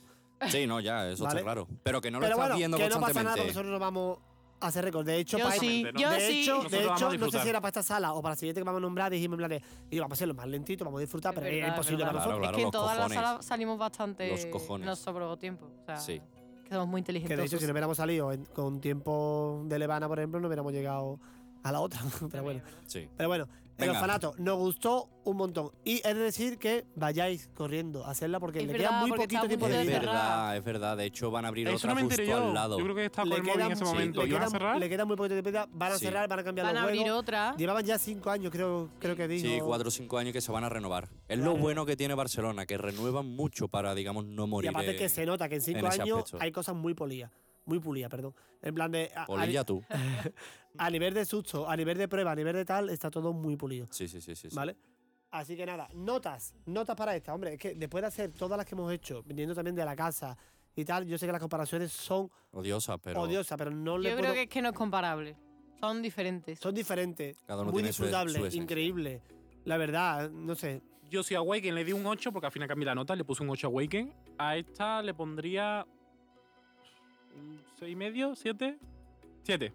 [SPEAKER 3] Sí, no, ya, eso
[SPEAKER 2] Vale.
[SPEAKER 3] está claro. Pero que no lo
[SPEAKER 2] Pero
[SPEAKER 3] estás
[SPEAKER 2] bueno, que
[SPEAKER 3] viendo
[SPEAKER 2] no pasa nada porque
[SPEAKER 3] constantemente.
[SPEAKER 2] nosotros no vamos a hacer récord. De hecho,
[SPEAKER 4] Yo
[SPEAKER 2] para
[SPEAKER 4] sí,
[SPEAKER 1] Exactamente, ¿no?
[SPEAKER 4] yo
[SPEAKER 2] de
[SPEAKER 4] sí.
[SPEAKER 2] hecho,
[SPEAKER 1] Nosotros
[SPEAKER 2] de
[SPEAKER 1] vamos a
[SPEAKER 2] hecho no sé
[SPEAKER 1] disfrutar.
[SPEAKER 2] si era para esta sala o para la siguiente que vamos a nombrar, dijimos en plan de, "Oye, vamos a hacerlo más lentito, vamos a disfrutar,
[SPEAKER 4] Es
[SPEAKER 2] pero
[SPEAKER 4] verdad,
[SPEAKER 2] era
[SPEAKER 4] es
[SPEAKER 2] imposible
[SPEAKER 4] verdad.
[SPEAKER 2] para nosotros.
[SPEAKER 3] Claro,
[SPEAKER 4] es que en
[SPEAKER 3] los
[SPEAKER 4] toda
[SPEAKER 3] cojones.
[SPEAKER 4] la sala salimos bastante.
[SPEAKER 3] Los cojones.
[SPEAKER 4] Nos sobró tiempo. O sea,
[SPEAKER 3] Sí.
[SPEAKER 4] que somos muy inteligentes.
[SPEAKER 2] Que de hecho, si no hubiéramos salido en- con tiempo de Levana, por ejemplo, no hubiéramos llegado a la otra. Pero bueno,
[SPEAKER 3] Sí.
[SPEAKER 2] pero bueno el
[SPEAKER 3] Venga.
[SPEAKER 2] orfanato nos gustó un montón. Y es de decir que vayáis corriendo a hacerla porque
[SPEAKER 4] Es
[SPEAKER 2] le
[SPEAKER 4] verdad,
[SPEAKER 2] queda muy
[SPEAKER 4] porque
[SPEAKER 2] poquito
[SPEAKER 4] está
[SPEAKER 2] tiempo
[SPEAKER 4] a punto
[SPEAKER 2] de
[SPEAKER 3] Es
[SPEAKER 4] de
[SPEAKER 2] vida.
[SPEAKER 3] verdad, es verdad. De hecho, van a abrir
[SPEAKER 1] Eso no
[SPEAKER 3] otra
[SPEAKER 1] me enteré
[SPEAKER 3] justo al
[SPEAKER 1] yo.
[SPEAKER 3] lado.
[SPEAKER 1] Yo creo que estaba con el
[SPEAKER 2] Le
[SPEAKER 1] móvil en
[SPEAKER 2] queda,
[SPEAKER 1] ese
[SPEAKER 2] sí,
[SPEAKER 1] momento.
[SPEAKER 2] le
[SPEAKER 1] ¿Iban a
[SPEAKER 2] queda-
[SPEAKER 1] cerrar?
[SPEAKER 2] le queda muy poquito de vida, van a
[SPEAKER 3] Sí.
[SPEAKER 2] cerrar, van a cambiar
[SPEAKER 4] Van
[SPEAKER 2] los
[SPEAKER 4] a abrir
[SPEAKER 2] juegos.
[SPEAKER 4] otra.
[SPEAKER 2] Llevaban ya cinco años, creo, creo que digo.
[SPEAKER 3] Sí, cuatro o cinco años que se van a renovar. Es lo
[SPEAKER 2] Claro.
[SPEAKER 3] bueno que tiene Barcelona, que renuevan mucho para, digamos, no
[SPEAKER 2] Y
[SPEAKER 3] morir.
[SPEAKER 2] aparte que se nota que en cinco
[SPEAKER 3] en ese
[SPEAKER 2] años
[SPEAKER 3] aspecto.
[SPEAKER 2] hay cosas muy polidas. Muy pulidas, perdón. En plan de. A, a-
[SPEAKER 3] Polilla tú.
[SPEAKER 2] a nivel de susto, a nivel de prueba, a nivel de tal, está todo muy pulido.
[SPEAKER 3] Sí, sí, sí, sí. sí.
[SPEAKER 2] ¿Vale? Así que nada, notas, notas para esta. Hombre, es que después de hacer todas las que hemos hecho, viniendo también de la casa y tal, yo sé que las comparaciones son
[SPEAKER 3] Odiosa, pero
[SPEAKER 2] odiosas, pero no le
[SPEAKER 4] Yo
[SPEAKER 2] puedo.
[SPEAKER 4] creo que es que no es comparable. Son diferentes.
[SPEAKER 2] Son diferentes,
[SPEAKER 3] Cada uno
[SPEAKER 2] muy
[SPEAKER 3] tiene su- su
[SPEAKER 2] disfrutables,
[SPEAKER 3] esencia.
[SPEAKER 2] increíbles. La verdad, no sé.
[SPEAKER 1] Yo soy a Awaken le di un 8 porque al final cambié la nota, le puse un 8 a Awaken. A esta le pondría. un 6 y medio, 7. 7.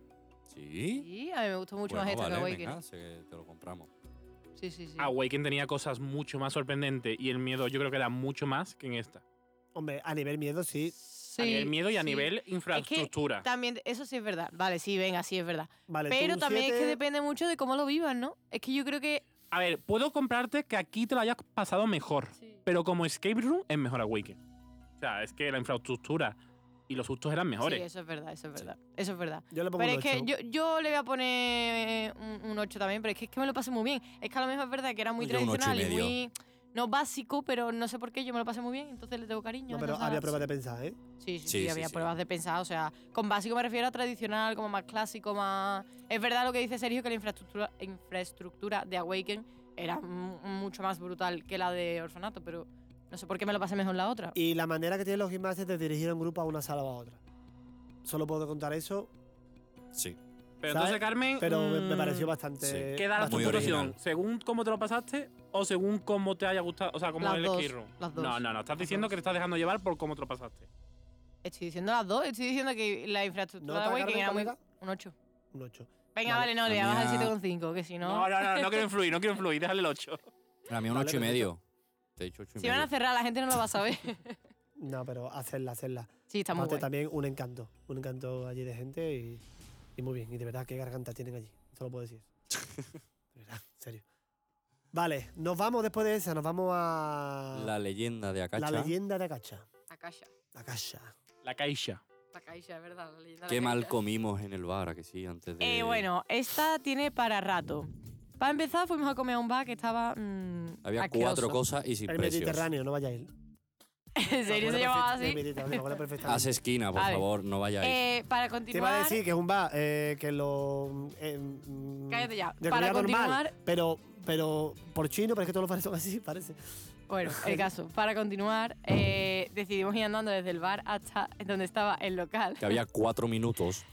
[SPEAKER 3] sí.
[SPEAKER 4] Sí, a mí me gustó mucho
[SPEAKER 3] Bueno,
[SPEAKER 4] más esta
[SPEAKER 3] vale,
[SPEAKER 4] que Awakening.
[SPEAKER 3] venga, Ah, se- te lo compramos.
[SPEAKER 4] Sí, sí, sí.
[SPEAKER 1] Awaken Ah, tenía cosas mucho más sorprendentes y el miedo yo creo que era mucho más que en esta.
[SPEAKER 2] Hombre, a nivel miedo sí.
[SPEAKER 4] Sí,
[SPEAKER 1] a nivel miedo y a
[SPEAKER 4] sí.
[SPEAKER 1] nivel infraestructura.
[SPEAKER 4] También, eso sí es verdad. Vale, sí, venga, sí es verdad.
[SPEAKER 2] Vale, tú
[SPEAKER 4] Pero
[SPEAKER 2] un
[SPEAKER 4] también es que
[SPEAKER 2] siete.
[SPEAKER 4] depende mucho de cómo lo vivas, ¿no? Es que yo creo que.
[SPEAKER 1] A ver, puedo comprarte que aquí te lo hayas pasado mejor, pero como escape room es mejor Awaken. O sea, es que la infraestructura y los sustos eran
[SPEAKER 4] Sí,
[SPEAKER 1] mejores.
[SPEAKER 4] eso es verdad, eso es verdad. Eso es verdad.
[SPEAKER 2] Yo le pongo
[SPEAKER 4] Pero
[SPEAKER 2] un
[SPEAKER 4] es que
[SPEAKER 2] ocho.
[SPEAKER 4] yo, yo le voy a poner un, 8 también, pero es que, es que me lo pasé muy bien. Es que a lo mejor es verdad que era muy
[SPEAKER 3] Yo un ocho y
[SPEAKER 4] tradicional y,
[SPEAKER 3] medio.
[SPEAKER 4] muy. No básico, pero no sé por qué yo me lo pasé muy bien, entonces le tengo cariño.
[SPEAKER 2] No, pero
[SPEAKER 4] entonces-
[SPEAKER 2] había pruebas de pensar, ¿eh?
[SPEAKER 4] Sí, sí,
[SPEAKER 3] Sí,
[SPEAKER 4] sí,
[SPEAKER 3] sí,
[SPEAKER 4] había
[SPEAKER 3] sí.
[SPEAKER 4] pruebas de pensado. O sea, con básico me refiero a tradicional, como más clásico, más. Es verdad lo que dice Sergio, que la infraestructura, infraestructura de Awaken era mu- mucho más brutal que la de Orfanato, pero no sé por qué me lo pasé mejor la otra.
[SPEAKER 2] Y la manera que tienen los gimnasios de dirigir a un grupo a una sala o a otra. Solo puedo contar eso,
[SPEAKER 3] Sí.
[SPEAKER 1] Pero
[SPEAKER 2] ¿Sabes?
[SPEAKER 1] entonces, Carmen,
[SPEAKER 2] pero me, me pareció
[SPEAKER 4] Mm,
[SPEAKER 2] bastante.
[SPEAKER 3] sí.
[SPEAKER 1] ¿qué da la
[SPEAKER 2] bastante
[SPEAKER 3] Muy
[SPEAKER 1] puntuación?
[SPEAKER 3] original.
[SPEAKER 1] ¿Según cómo te lo pasaste o según cómo te haya gustado? O sea, como
[SPEAKER 4] Las
[SPEAKER 1] el
[SPEAKER 4] dos,
[SPEAKER 1] escape room.
[SPEAKER 4] las dos.
[SPEAKER 1] No, no, no. Estás
[SPEAKER 4] Las
[SPEAKER 1] diciendo
[SPEAKER 4] dos.
[SPEAKER 1] que te estás dejando llevar por cómo te lo pasaste.
[SPEAKER 4] Estoy diciendo las dos, estoy diciendo que la
[SPEAKER 2] ¿No
[SPEAKER 4] infraestructura
[SPEAKER 2] te
[SPEAKER 4] de Awaken era
[SPEAKER 2] agarra
[SPEAKER 4] muy.
[SPEAKER 2] muy...
[SPEAKER 4] Un 8.
[SPEAKER 2] Un 8.
[SPEAKER 4] Venga,
[SPEAKER 2] Vale,
[SPEAKER 4] vale, no, le
[SPEAKER 3] la
[SPEAKER 4] dabas
[SPEAKER 3] mía-
[SPEAKER 4] al 7,5, que si
[SPEAKER 1] No,
[SPEAKER 4] no.
[SPEAKER 1] no, no, no, quiero influir, no quiero influir, déjale el 8.
[SPEAKER 3] A mí un
[SPEAKER 2] Vale,
[SPEAKER 3] ocho
[SPEAKER 2] perfecto.
[SPEAKER 3] y medio. Te he dicho ocho y
[SPEAKER 4] Si
[SPEAKER 3] medio.
[SPEAKER 4] van a cerrar, la gente no lo va a saber.
[SPEAKER 2] No, pero hacerla, hacerla.
[SPEAKER 4] sí, está muy
[SPEAKER 2] Aparte
[SPEAKER 4] guay.
[SPEAKER 2] también un encanto. Un encanto allí de gente y, y muy bien. Y de verdad, qué garganta tienen allí. Solo puedo decir. De verdad, en serio. Vale, nos vamos después de esa, nos vamos a.
[SPEAKER 3] La leyenda de
[SPEAKER 2] Ah. La
[SPEAKER 3] Acacha.
[SPEAKER 2] leyenda de Acacha.
[SPEAKER 4] Akasha.
[SPEAKER 2] Acacha.
[SPEAKER 1] La caixa.
[SPEAKER 4] Akasha, es verdad, la leyenda de
[SPEAKER 3] Qué mal
[SPEAKER 4] Akasha.
[SPEAKER 3] comimos en el bar, ¿a que sí, antes de.
[SPEAKER 4] Eh, bueno, esta tiene para rato. Para empezar, fuimos a comer a un bar que estaba. mm,
[SPEAKER 3] Había
[SPEAKER 4] asqueroso.
[SPEAKER 3] cuatro cosas y sin
[SPEAKER 2] El
[SPEAKER 3] precios.
[SPEAKER 2] Mediterráneo, no vayáis.
[SPEAKER 4] ¿En serio se llamaba así?
[SPEAKER 3] Haz esquina, por
[SPEAKER 4] A ver.
[SPEAKER 3] favor, no vayáis.
[SPEAKER 4] Eh, para
[SPEAKER 2] Te iba a
[SPEAKER 4] continuar.
[SPEAKER 2] decir que es un bar eh, que lo. eh, mm,
[SPEAKER 4] Cállate ya.
[SPEAKER 2] de
[SPEAKER 4] Para
[SPEAKER 2] comida normal,
[SPEAKER 4] continuar.
[SPEAKER 2] pero, pero por chino, pero es que todos los bares son así, parece.
[SPEAKER 4] Bueno, el caso. Para continuar, eh, decidimos ir andando desde el bar hasta donde estaba el local.
[SPEAKER 3] Que había cuatro minutos.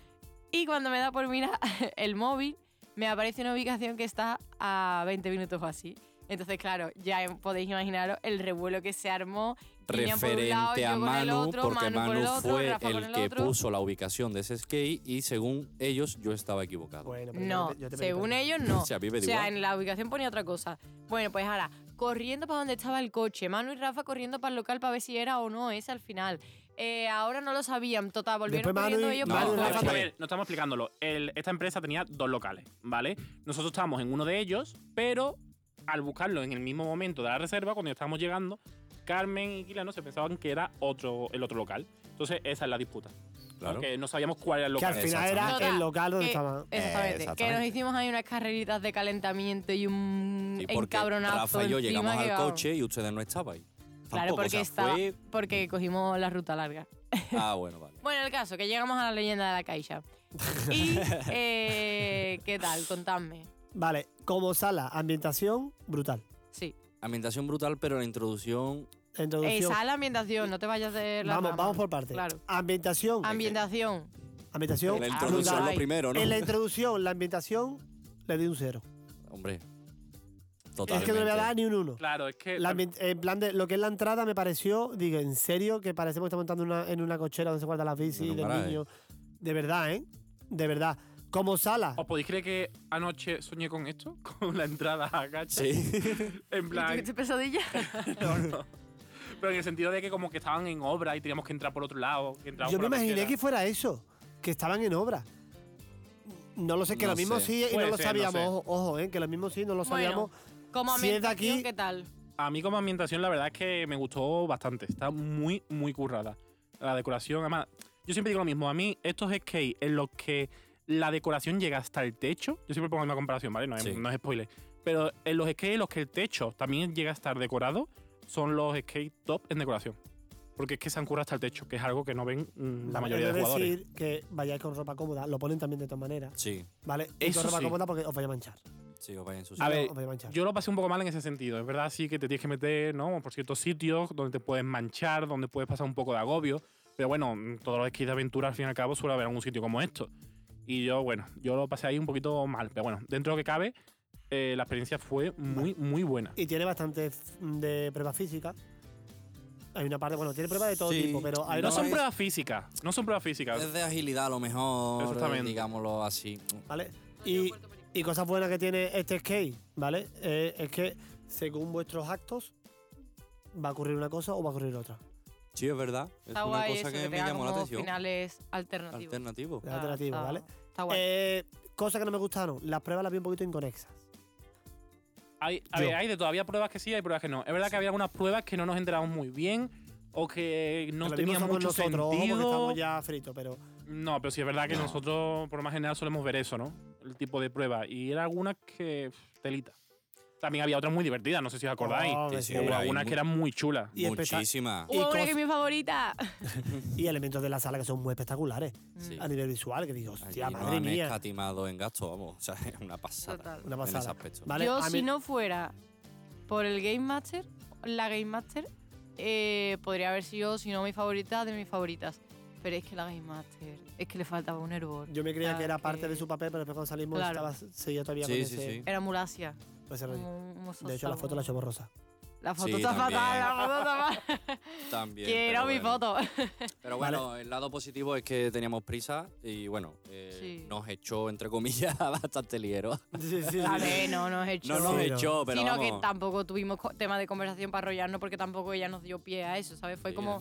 [SPEAKER 4] Y cuando me da por mirar el móvil, me aparece una ubicación que está a 20 minutos o así. Entonces, claro, ya em- podéis imaginaros el revuelo que se armó. Guiñan por un
[SPEAKER 3] referente
[SPEAKER 4] lado, yo
[SPEAKER 3] a
[SPEAKER 4] con el
[SPEAKER 3] Manu,
[SPEAKER 4] otro,
[SPEAKER 3] porque
[SPEAKER 4] Manu con
[SPEAKER 3] Manu
[SPEAKER 4] el otro,
[SPEAKER 3] fue
[SPEAKER 4] Rafa con
[SPEAKER 3] el,
[SPEAKER 4] el
[SPEAKER 3] que
[SPEAKER 4] otro.
[SPEAKER 3] puso la ubicación de ese skate y según ellos yo estaba equivocado.
[SPEAKER 2] Bueno, pues yo
[SPEAKER 4] No,
[SPEAKER 2] te- yo te pedí
[SPEAKER 4] según
[SPEAKER 2] perdón.
[SPEAKER 4] ellos no.
[SPEAKER 3] Si a mí me da
[SPEAKER 4] o sea,
[SPEAKER 3] igual.
[SPEAKER 4] en la ubicación ponía otra cosa. Bueno, pues ahora, corriendo para donde estaba el coche, Manu y Rafa corriendo para el local para ver si era o no ese al final. Eh, ahora no lo sabían, total, volvieron
[SPEAKER 2] Después Manu
[SPEAKER 4] corriendo
[SPEAKER 2] y-
[SPEAKER 4] ellos
[SPEAKER 3] No,
[SPEAKER 4] para
[SPEAKER 2] Manu y
[SPEAKER 4] el
[SPEAKER 1] Vale, vamos
[SPEAKER 2] Rafa
[SPEAKER 1] a
[SPEAKER 4] coche.
[SPEAKER 2] también.
[SPEAKER 1] ver, no estamos explicándolo. El- esta empresa tenía dos locales, ¿vale? Nosotros estábamos en uno de ellos, pero al buscarlo en el mismo momento de la reserva, cuando ya estábamos llegando, Carmen y Quilano se pensaban que era otro, el otro local. Entonces, esa es la disputa.
[SPEAKER 3] Claro.
[SPEAKER 1] Porque no sabíamos cuál era el
[SPEAKER 2] Que al
[SPEAKER 1] local.
[SPEAKER 2] final era
[SPEAKER 4] Total,
[SPEAKER 2] el local donde
[SPEAKER 4] que-
[SPEAKER 2] estaba.
[SPEAKER 4] Exactamente. Que nos
[SPEAKER 3] Exactamente.
[SPEAKER 4] hicimos ahí unas carreritas de calentamiento y un
[SPEAKER 3] Sí, porque
[SPEAKER 4] encabronazo.
[SPEAKER 3] Rafa y yo
[SPEAKER 4] encima
[SPEAKER 3] llegamos
[SPEAKER 4] que,
[SPEAKER 3] al
[SPEAKER 4] vamos.
[SPEAKER 3] coche y ustedes no estabais.
[SPEAKER 4] Claro,
[SPEAKER 3] Tampoco,
[SPEAKER 4] porque,
[SPEAKER 3] o sea,
[SPEAKER 4] estaba-
[SPEAKER 3] fue-
[SPEAKER 4] porque cogimos la ruta larga.
[SPEAKER 3] Ah, bueno, vale.
[SPEAKER 4] Bueno, el caso, que llegamos a la leyenda de la Caixa. y, eh, ¿qué tal? Contadme.
[SPEAKER 2] Vale, como sala, ambientación, brutal.
[SPEAKER 4] Sí.
[SPEAKER 3] Ambientación brutal, pero la introducción
[SPEAKER 2] Introducción.
[SPEAKER 4] Esa es la ambientación, no te vayas de la
[SPEAKER 2] Vamos,
[SPEAKER 4] rama.
[SPEAKER 2] vamos por partes.
[SPEAKER 4] Claro.
[SPEAKER 2] Ambientación.
[SPEAKER 4] Ambientación.
[SPEAKER 2] ambientación.
[SPEAKER 3] La
[SPEAKER 4] Ah,
[SPEAKER 3] introducción
[SPEAKER 2] brutal.
[SPEAKER 3] lo
[SPEAKER 4] guay.
[SPEAKER 3] primero, ¿no?
[SPEAKER 2] En la introducción, la ambientación, le di un cero.
[SPEAKER 3] Hombre. Totalmente.
[SPEAKER 2] Es que no le voy a dar ni un uno.
[SPEAKER 1] Claro, es que.
[SPEAKER 2] La ambien- en plan de lo que es la entrada me pareció, digo, ¿en serio? Que parecemos que estamos entrando en una- en una cochera donde se guardan las bicis
[SPEAKER 3] En un
[SPEAKER 2] del
[SPEAKER 3] garaje.
[SPEAKER 2] niño. De verdad, ¿eh? De verdad. Como sala.
[SPEAKER 1] ¿Os podéis creer que anoche soñé con esto? Con la entrada a Gacha.
[SPEAKER 3] Sí.
[SPEAKER 1] En
[SPEAKER 4] ¿Y
[SPEAKER 1] plan.
[SPEAKER 4] ¿Tuviste pesadilla?
[SPEAKER 1] no, no. Pero en el sentido de que como que estaban en obra y teníamos que entrar por otro lado. Que
[SPEAKER 2] Yo me imaginé que fuera eso, que estaban en obra. No lo sé, que
[SPEAKER 3] No
[SPEAKER 2] lo mismo
[SPEAKER 3] sé.
[SPEAKER 2] sí y
[SPEAKER 1] Puede
[SPEAKER 2] no lo
[SPEAKER 1] ser, no
[SPEAKER 2] sabíamos.
[SPEAKER 1] sé.
[SPEAKER 2] Ojo, ojo, ¿eh? Que lo mismo sí no lo
[SPEAKER 4] Bueno.
[SPEAKER 2] sabíamos.
[SPEAKER 4] Como
[SPEAKER 2] Si es de
[SPEAKER 4] ambientación,
[SPEAKER 2] aquí-
[SPEAKER 4] ¿qué tal?
[SPEAKER 1] A mí como ambientación la verdad es que me gustó bastante. Está muy, muy currada. La decoración, además, yo siempre digo lo mismo. A mí estos skates en los que la decoración llega hasta el techo, yo siempre pongo la misma comparación, ¿vale? No, es-
[SPEAKER 3] Sí.
[SPEAKER 1] no es spoiler. Pero en los skates en los que el techo también llega a estar decorado, son los skates top en decoración. Porque es que se han currado hasta el techo, que es algo que no ven mm, la
[SPEAKER 2] Vale,
[SPEAKER 1] mayoría
[SPEAKER 2] he
[SPEAKER 1] de jugadores.
[SPEAKER 2] decir que vayáis con ropa cómoda, lo ponen también de todas maneras,
[SPEAKER 3] Sí,
[SPEAKER 2] ¿vale? Y
[SPEAKER 1] Eso
[SPEAKER 2] con ropa
[SPEAKER 1] sí.
[SPEAKER 2] cómoda porque os vais a manchar.
[SPEAKER 3] sí, os vais a ensuciar.
[SPEAKER 1] A ver,
[SPEAKER 2] os vais a manchar.
[SPEAKER 1] Yo lo pasé un poco mal en ese sentido. Es verdad, sí que te tienes que meter, ¿no? Por ciertos sitios donde te puedes manchar, donde puedes pasar un poco de agobio. Pero bueno, mm, todos los esquís de aventura, al fin y al cabo, suele haber algún sitio como esto. Y yo, bueno, yo lo pasé ahí un poquito mal. Pero bueno, dentro de lo que cabe, eh, la experiencia fue muy, muy buena.
[SPEAKER 2] Y tiene bastante f- de pruebas físicas. Hay una parte, bueno, tiene pruebas de todo
[SPEAKER 3] Sí.
[SPEAKER 2] tipo, pero hay
[SPEAKER 1] No
[SPEAKER 2] una
[SPEAKER 1] son
[SPEAKER 2] parte-
[SPEAKER 3] es-
[SPEAKER 1] pruebas físicas, no son pruebas físicas.
[SPEAKER 3] Es de agilidad a lo mejor,
[SPEAKER 1] Exactamente.
[SPEAKER 3] digámoslo así.
[SPEAKER 2] ¿vale? Y, y cosas buenas que tiene este skate, ¿vale? Eh, es que según vuestros actos va a ocurrir una cosa o va a ocurrir otra.
[SPEAKER 3] Sí, es verdad. Es
[SPEAKER 4] Está
[SPEAKER 3] una
[SPEAKER 4] guay
[SPEAKER 3] cosa
[SPEAKER 4] eso, que,
[SPEAKER 3] que me
[SPEAKER 4] tenga
[SPEAKER 3] llamó la
[SPEAKER 4] como
[SPEAKER 3] atención.
[SPEAKER 4] finales alternativos.
[SPEAKER 3] Alternativo.
[SPEAKER 2] La alternativa,
[SPEAKER 4] está-
[SPEAKER 2] ¿vale?
[SPEAKER 4] Está Ah, guay.
[SPEAKER 2] Eh, cosas que no me gustaron, las pruebas las vi un poquito inconexas.
[SPEAKER 1] Hay, a
[SPEAKER 2] Yo.
[SPEAKER 1] ver, hay de todavía pruebas que sí, hay pruebas que no. Es verdad que había algunas pruebas que no nos enteramos muy bien o que no
[SPEAKER 2] Que lo mismo
[SPEAKER 1] tenían
[SPEAKER 2] somos
[SPEAKER 1] mucho
[SPEAKER 2] nosotros, ojo,
[SPEAKER 1] sentido.
[SPEAKER 2] porque estamos ya fritos, pero
[SPEAKER 1] No, pero sí es verdad que
[SPEAKER 3] No.
[SPEAKER 1] nosotros, por lo más general, solemos ver eso, ¿no? El tipo de prueba. Y era algunas que. pff, telita. También había otras muy divertidas, no sé si os acordáis.
[SPEAKER 2] Oh,
[SPEAKER 3] Sí,
[SPEAKER 2] me
[SPEAKER 3] sí,
[SPEAKER 2] sé.
[SPEAKER 1] Hubo
[SPEAKER 3] habrá
[SPEAKER 1] algunas
[SPEAKER 3] ahí
[SPEAKER 1] que eran muy chulas.
[SPEAKER 2] y empezar-
[SPEAKER 3] Muchísima.
[SPEAKER 2] y
[SPEAKER 4] Hubo una
[SPEAKER 2] cos-
[SPEAKER 4] que es mi favorita.
[SPEAKER 2] y elementos de la sala que son muy espectaculares
[SPEAKER 3] Sí.
[SPEAKER 2] a nivel visual, que digo,
[SPEAKER 3] Allí
[SPEAKER 2] hostia,
[SPEAKER 3] no
[SPEAKER 2] madre
[SPEAKER 3] han
[SPEAKER 2] mía.
[SPEAKER 3] escatimado en gasto, vamos. O sea, es una pasada.
[SPEAKER 4] Total.
[SPEAKER 2] Una
[SPEAKER 3] En ese
[SPEAKER 2] pasada.
[SPEAKER 3] aspecto.
[SPEAKER 2] ¿Vale?
[SPEAKER 4] Yo,
[SPEAKER 2] A
[SPEAKER 4] si
[SPEAKER 2] mí-
[SPEAKER 4] no fuera por el Game Master, la Game Master eh, podría haber sido, si no mi favorita, de mis favoritas. Pero es que la Game Master, es que le faltaba un hervor.
[SPEAKER 2] Yo me creía
[SPEAKER 4] Ah,
[SPEAKER 2] que era
[SPEAKER 4] que-
[SPEAKER 2] parte de su papel, pero después cuando salimos
[SPEAKER 4] Claro.
[SPEAKER 2] estaba, seguía todavía con
[SPEAKER 3] Sí, sí,
[SPEAKER 2] ese,
[SPEAKER 3] sí.
[SPEAKER 4] Era Mulasia.
[SPEAKER 2] con ese rollo. De
[SPEAKER 4] De
[SPEAKER 2] hecho, la foto la echamos rosa.
[SPEAKER 4] La foto
[SPEAKER 3] Sí,
[SPEAKER 4] está
[SPEAKER 3] también.
[SPEAKER 4] fatal, la foto está fatal.
[SPEAKER 3] También.
[SPEAKER 4] Quiero
[SPEAKER 3] pero
[SPEAKER 4] mi
[SPEAKER 3] bueno.
[SPEAKER 4] foto.
[SPEAKER 3] Pero bueno, el lado positivo es que teníamos prisa y bueno, eh,
[SPEAKER 4] Sí.
[SPEAKER 3] nos echó, entre comillas, bastante ligero.
[SPEAKER 2] Sí, sí,
[SPEAKER 4] A ver, Eh, no nos echó.
[SPEAKER 3] No nos
[SPEAKER 2] Sí, no.
[SPEAKER 3] echó, pero
[SPEAKER 4] sino que
[SPEAKER 3] vamos.
[SPEAKER 4] tampoco tuvimos co- tema de conversación para arrollarnos porque tampoco ella nos dio pie a eso, ¿sabes? Fue
[SPEAKER 3] Sí,
[SPEAKER 4] como...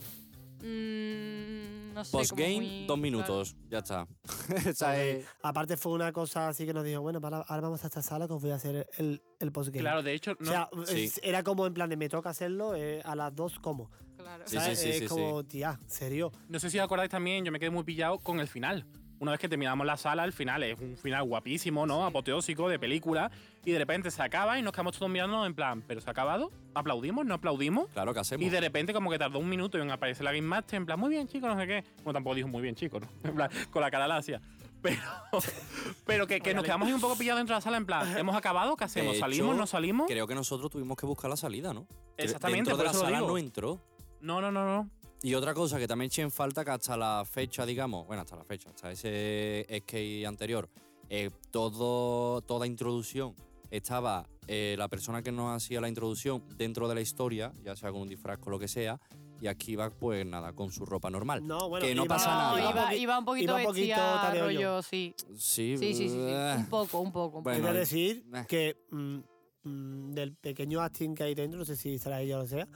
[SPEAKER 4] mm, no sé, como
[SPEAKER 3] Postgame,
[SPEAKER 4] muy-
[SPEAKER 3] dos
[SPEAKER 4] claro.
[SPEAKER 3] minutos. Ya está. Esa es-
[SPEAKER 2] eh, Aparte fue una cosa así que nos dijo, bueno, para- ahora vamos a esta sala que os voy a hacer el, el postgame.
[SPEAKER 1] Claro, de hecho,
[SPEAKER 2] O
[SPEAKER 1] no-
[SPEAKER 2] sea,
[SPEAKER 3] Sí.
[SPEAKER 2] es- era como en plan de me toca hacerlo eh, a las dos como.
[SPEAKER 4] Claro.
[SPEAKER 3] Sí,
[SPEAKER 2] ¿Sabes?
[SPEAKER 3] sí, sí,
[SPEAKER 2] es
[SPEAKER 3] sí,
[SPEAKER 2] como, tía, serio.
[SPEAKER 1] no sé si os acordáis también, yo me quedé muy pillado con el final. Una vez que terminamos la sala, el final es un final guapísimo, ¿no? Apoteósico, de película. Y de repente se acaba y nos quedamos todos mirando en plan, ¿pero se ha acabado? ¿Aplaudimos? ¿No aplaudimos?
[SPEAKER 3] Claro que hacemos.
[SPEAKER 1] Y de repente como que tardó un minuto y en aparecer la Game Master en plan, muy bien chicos, no sé qué. Bueno, tampoco dijo muy bien chicos, ¿no? En plan, con la cara lacia. Pero, pero que, que nos quedamos ahí un poco pillados dentro de la sala en plan, ¿hemos acabado? ¿Qué hacemos?
[SPEAKER 3] De
[SPEAKER 1] ¿Salimos?
[SPEAKER 3] hecho,
[SPEAKER 1] ¿No salimos?
[SPEAKER 3] Creo que nosotros tuvimos que buscar la salida, ¿no? Que
[SPEAKER 1] Exactamente,
[SPEAKER 3] Dentro de
[SPEAKER 1] por
[SPEAKER 3] la
[SPEAKER 1] eso lo
[SPEAKER 3] sala
[SPEAKER 1] digo.
[SPEAKER 3] no entró.
[SPEAKER 1] No, no, no, no.
[SPEAKER 3] Y otra cosa que también eché en falta que hasta la fecha, digamos, bueno, hasta la fecha, hasta ese skate anterior, eh, todo, toda introducción estaba eh, la persona que nos hacía la introducción dentro de la historia, ya sea con un disfraz, con lo que sea, y aquí va, pues nada, con su ropa normal.
[SPEAKER 2] No, bueno,
[SPEAKER 3] que no
[SPEAKER 2] iba-
[SPEAKER 3] pasa
[SPEAKER 4] No,
[SPEAKER 3] nada.
[SPEAKER 4] Iba, iba un poquito
[SPEAKER 2] iba un poquito
[SPEAKER 4] vestida
[SPEAKER 2] tadeo yo.
[SPEAKER 4] rollo, sí.
[SPEAKER 3] Sí,
[SPEAKER 4] Sí, sí, sí, sí.
[SPEAKER 3] eh,
[SPEAKER 4] Un poco, un poco. un poco.
[SPEAKER 2] Es
[SPEAKER 3] Bueno,
[SPEAKER 2] decir,
[SPEAKER 3] eh.
[SPEAKER 2] que mm, mm, del pequeño acting que hay dentro, no sé si será ella o lo sea,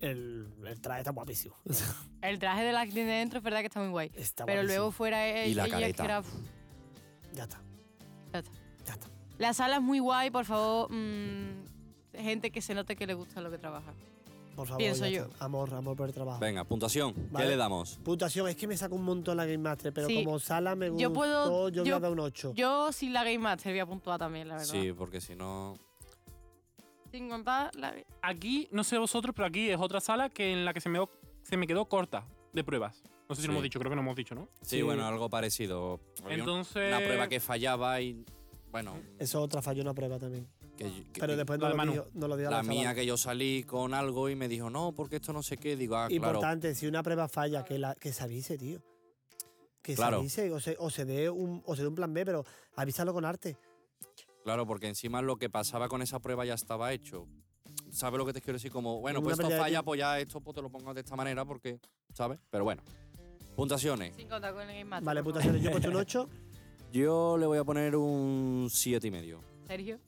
[SPEAKER 2] el, el traje está guapísimo.
[SPEAKER 4] El traje de la actriz de dentro es verdad que está muy guay.
[SPEAKER 2] Está
[SPEAKER 4] pero
[SPEAKER 2] guapísimo.
[SPEAKER 4] luego fuera e-
[SPEAKER 3] Y la
[SPEAKER 4] ella que
[SPEAKER 3] careta.
[SPEAKER 4] era-
[SPEAKER 2] Ya está.
[SPEAKER 4] Ya está.
[SPEAKER 2] Ya está.
[SPEAKER 4] La sala es muy guay, por favor. mm, gente que se note que le gusta lo que trabaja.
[SPEAKER 2] Por favor.
[SPEAKER 4] Pienso
[SPEAKER 2] ya
[SPEAKER 4] yo.
[SPEAKER 2] está. Amor, amor por el trabajo.
[SPEAKER 3] Venga, puntuación.
[SPEAKER 2] Vale.
[SPEAKER 3] ¿Qué le damos?
[SPEAKER 2] Puntuación, es que me saca un montón la Game Master, pero
[SPEAKER 4] Sí.
[SPEAKER 2] como sala me gustó,
[SPEAKER 4] Yo puedo-
[SPEAKER 2] yo,
[SPEAKER 4] yo-
[SPEAKER 2] voy a dar un 8.
[SPEAKER 4] Yo sin la Game Master voy a puntuar también, la verdad.
[SPEAKER 3] Sí, porque si no.
[SPEAKER 4] Sin contar la...
[SPEAKER 1] Aquí, no sé vosotros, pero aquí es otra sala que en la que se me, se me quedó corta de pruebas. No sé si lo
[SPEAKER 3] Sí.
[SPEAKER 1] hemos dicho, creo que no hemos dicho, ¿no?
[SPEAKER 3] Sí,
[SPEAKER 2] Sí.
[SPEAKER 3] bueno, algo parecido. Había un-
[SPEAKER 1] Entonces.
[SPEAKER 2] Eh,
[SPEAKER 3] una prueba que fallaba y. Bueno,
[SPEAKER 2] Eso es otra falló una prueba también.
[SPEAKER 3] que, yo- que-
[SPEAKER 2] Pero después
[SPEAKER 1] la
[SPEAKER 2] no
[SPEAKER 1] de
[SPEAKER 2] lo,
[SPEAKER 1] Manu.
[SPEAKER 2] dijo, no lo dijo a
[SPEAKER 3] la
[SPEAKER 2] los
[SPEAKER 3] mía
[SPEAKER 2] chavales.
[SPEAKER 3] que yo salí con algo y me dijo, no, porque esto no sé qué. Digo, ah, claro.
[SPEAKER 2] Importante, si una prueba falla, que, la, que se avise, tío. Que
[SPEAKER 3] Claro.
[SPEAKER 2] se avise o se, o se dé un, o se dé un plan B, pero avísalo con arte.
[SPEAKER 3] Claro, porque encima lo que pasaba con esa prueba ya estaba hecho. ¿Sabes lo que te quiero decir? Como, bueno,
[SPEAKER 2] Una
[SPEAKER 3] pues esto
[SPEAKER 2] pérdida de
[SPEAKER 3] falla,
[SPEAKER 2] tiempo.
[SPEAKER 3] pues ya esto pues te lo pongo de esta manera porque, ¿sabes? Pero bueno. Puntuaciones.
[SPEAKER 4] Sin contar con el Game Master.
[SPEAKER 2] Vale,
[SPEAKER 4] por
[SPEAKER 2] puta,
[SPEAKER 4] favor.
[SPEAKER 2] yo he puesto un 8.
[SPEAKER 3] Yo le voy a poner un siete y medio.
[SPEAKER 4] Sergio.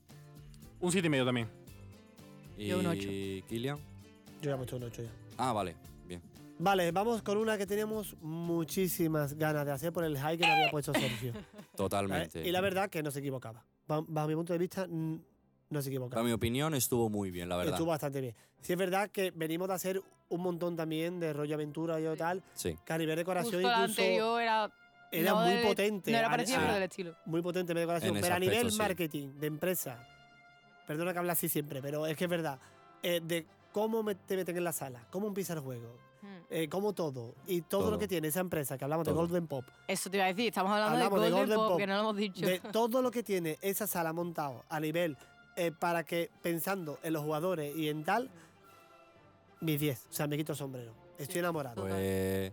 [SPEAKER 1] Un 7 y medio también.
[SPEAKER 3] Y
[SPEAKER 4] Yo un ocho.
[SPEAKER 3] Kilian.
[SPEAKER 2] Yo ya he puesto un 8 ya.
[SPEAKER 3] Ah, vale. Bien.
[SPEAKER 2] Vale, vamos con una que teníamos muchísimas ganas de hacer por el high que le había puesto Sergio. ¿vale?
[SPEAKER 3] Totalmente.
[SPEAKER 2] Eh, Y la verdad que no se equivocaba. Ba- Bajo mi punto de vista, n- no se equivocaba.
[SPEAKER 3] Para mi opinión estuvo muy bien, la verdad.
[SPEAKER 2] Estuvo bastante bien. Sí es verdad que venimos de hacer un montón también de rollo aventura y o tal,
[SPEAKER 3] Sí.
[SPEAKER 2] que a nivel de
[SPEAKER 4] Justo
[SPEAKER 2] decoración
[SPEAKER 4] la
[SPEAKER 2] incluso
[SPEAKER 4] anterior era...
[SPEAKER 2] era
[SPEAKER 4] no
[SPEAKER 2] muy
[SPEAKER 4] del-
[SPEAKER 2] potente.
[SPEAKER 4] No
[SPEAKER 2] a-
[SPEAKER 4] era parecida,
[SPEAKER 2] a-
[SPEAKER 4] pero del estilo.
[SPEAKER 2] muy potente de decoración.
[SPEAKER 3] En ese
[SPEAKER 2] Pero a
[SPEAKER 3] aspecto,
[SPEAKER 2] nivel
[SPEAKER 3] sí.
[SPEAKER 2] marketing, de empresa, perdona que hablas así siempre, pero es que es verdad, eh, de cómo me- te meten en la sala, cómo empieza el juego,
[SPEAKER 4] Mm.
[SPEAKER 2] eh, cómo todo, y todo,
[SPEAKER 3] Todo.
[SPEAKER 2] lo que tiene esa empresa, que hablamos de
[SPEAKER 3] Todo.
[SPEAKER 2] Golden Pop,
[SPEAKER 4] Eso te iba a decir. Estamos hablando
[SPEAKER 2] Hablamos de
[SPEAKER 4] de, Golden
[SPEAKER 2] Golden
[SPEAKER 4] Pop,
[SPEAKER 2] Pop,
[SPEAKER 4] que no lo hemos dicho.
[SPEAKER 2] de todo lo que tiene esa sala montado a nivel eh, para que pensando en los jugadores y en tal, mis 10, o sea, me quito el sombrero. Estoy
[SPEAKER 4] Sí.
[SPEAKER 2] enamorado.
[SPEAKER 4] Total.
[SPEAKER 3] Fue,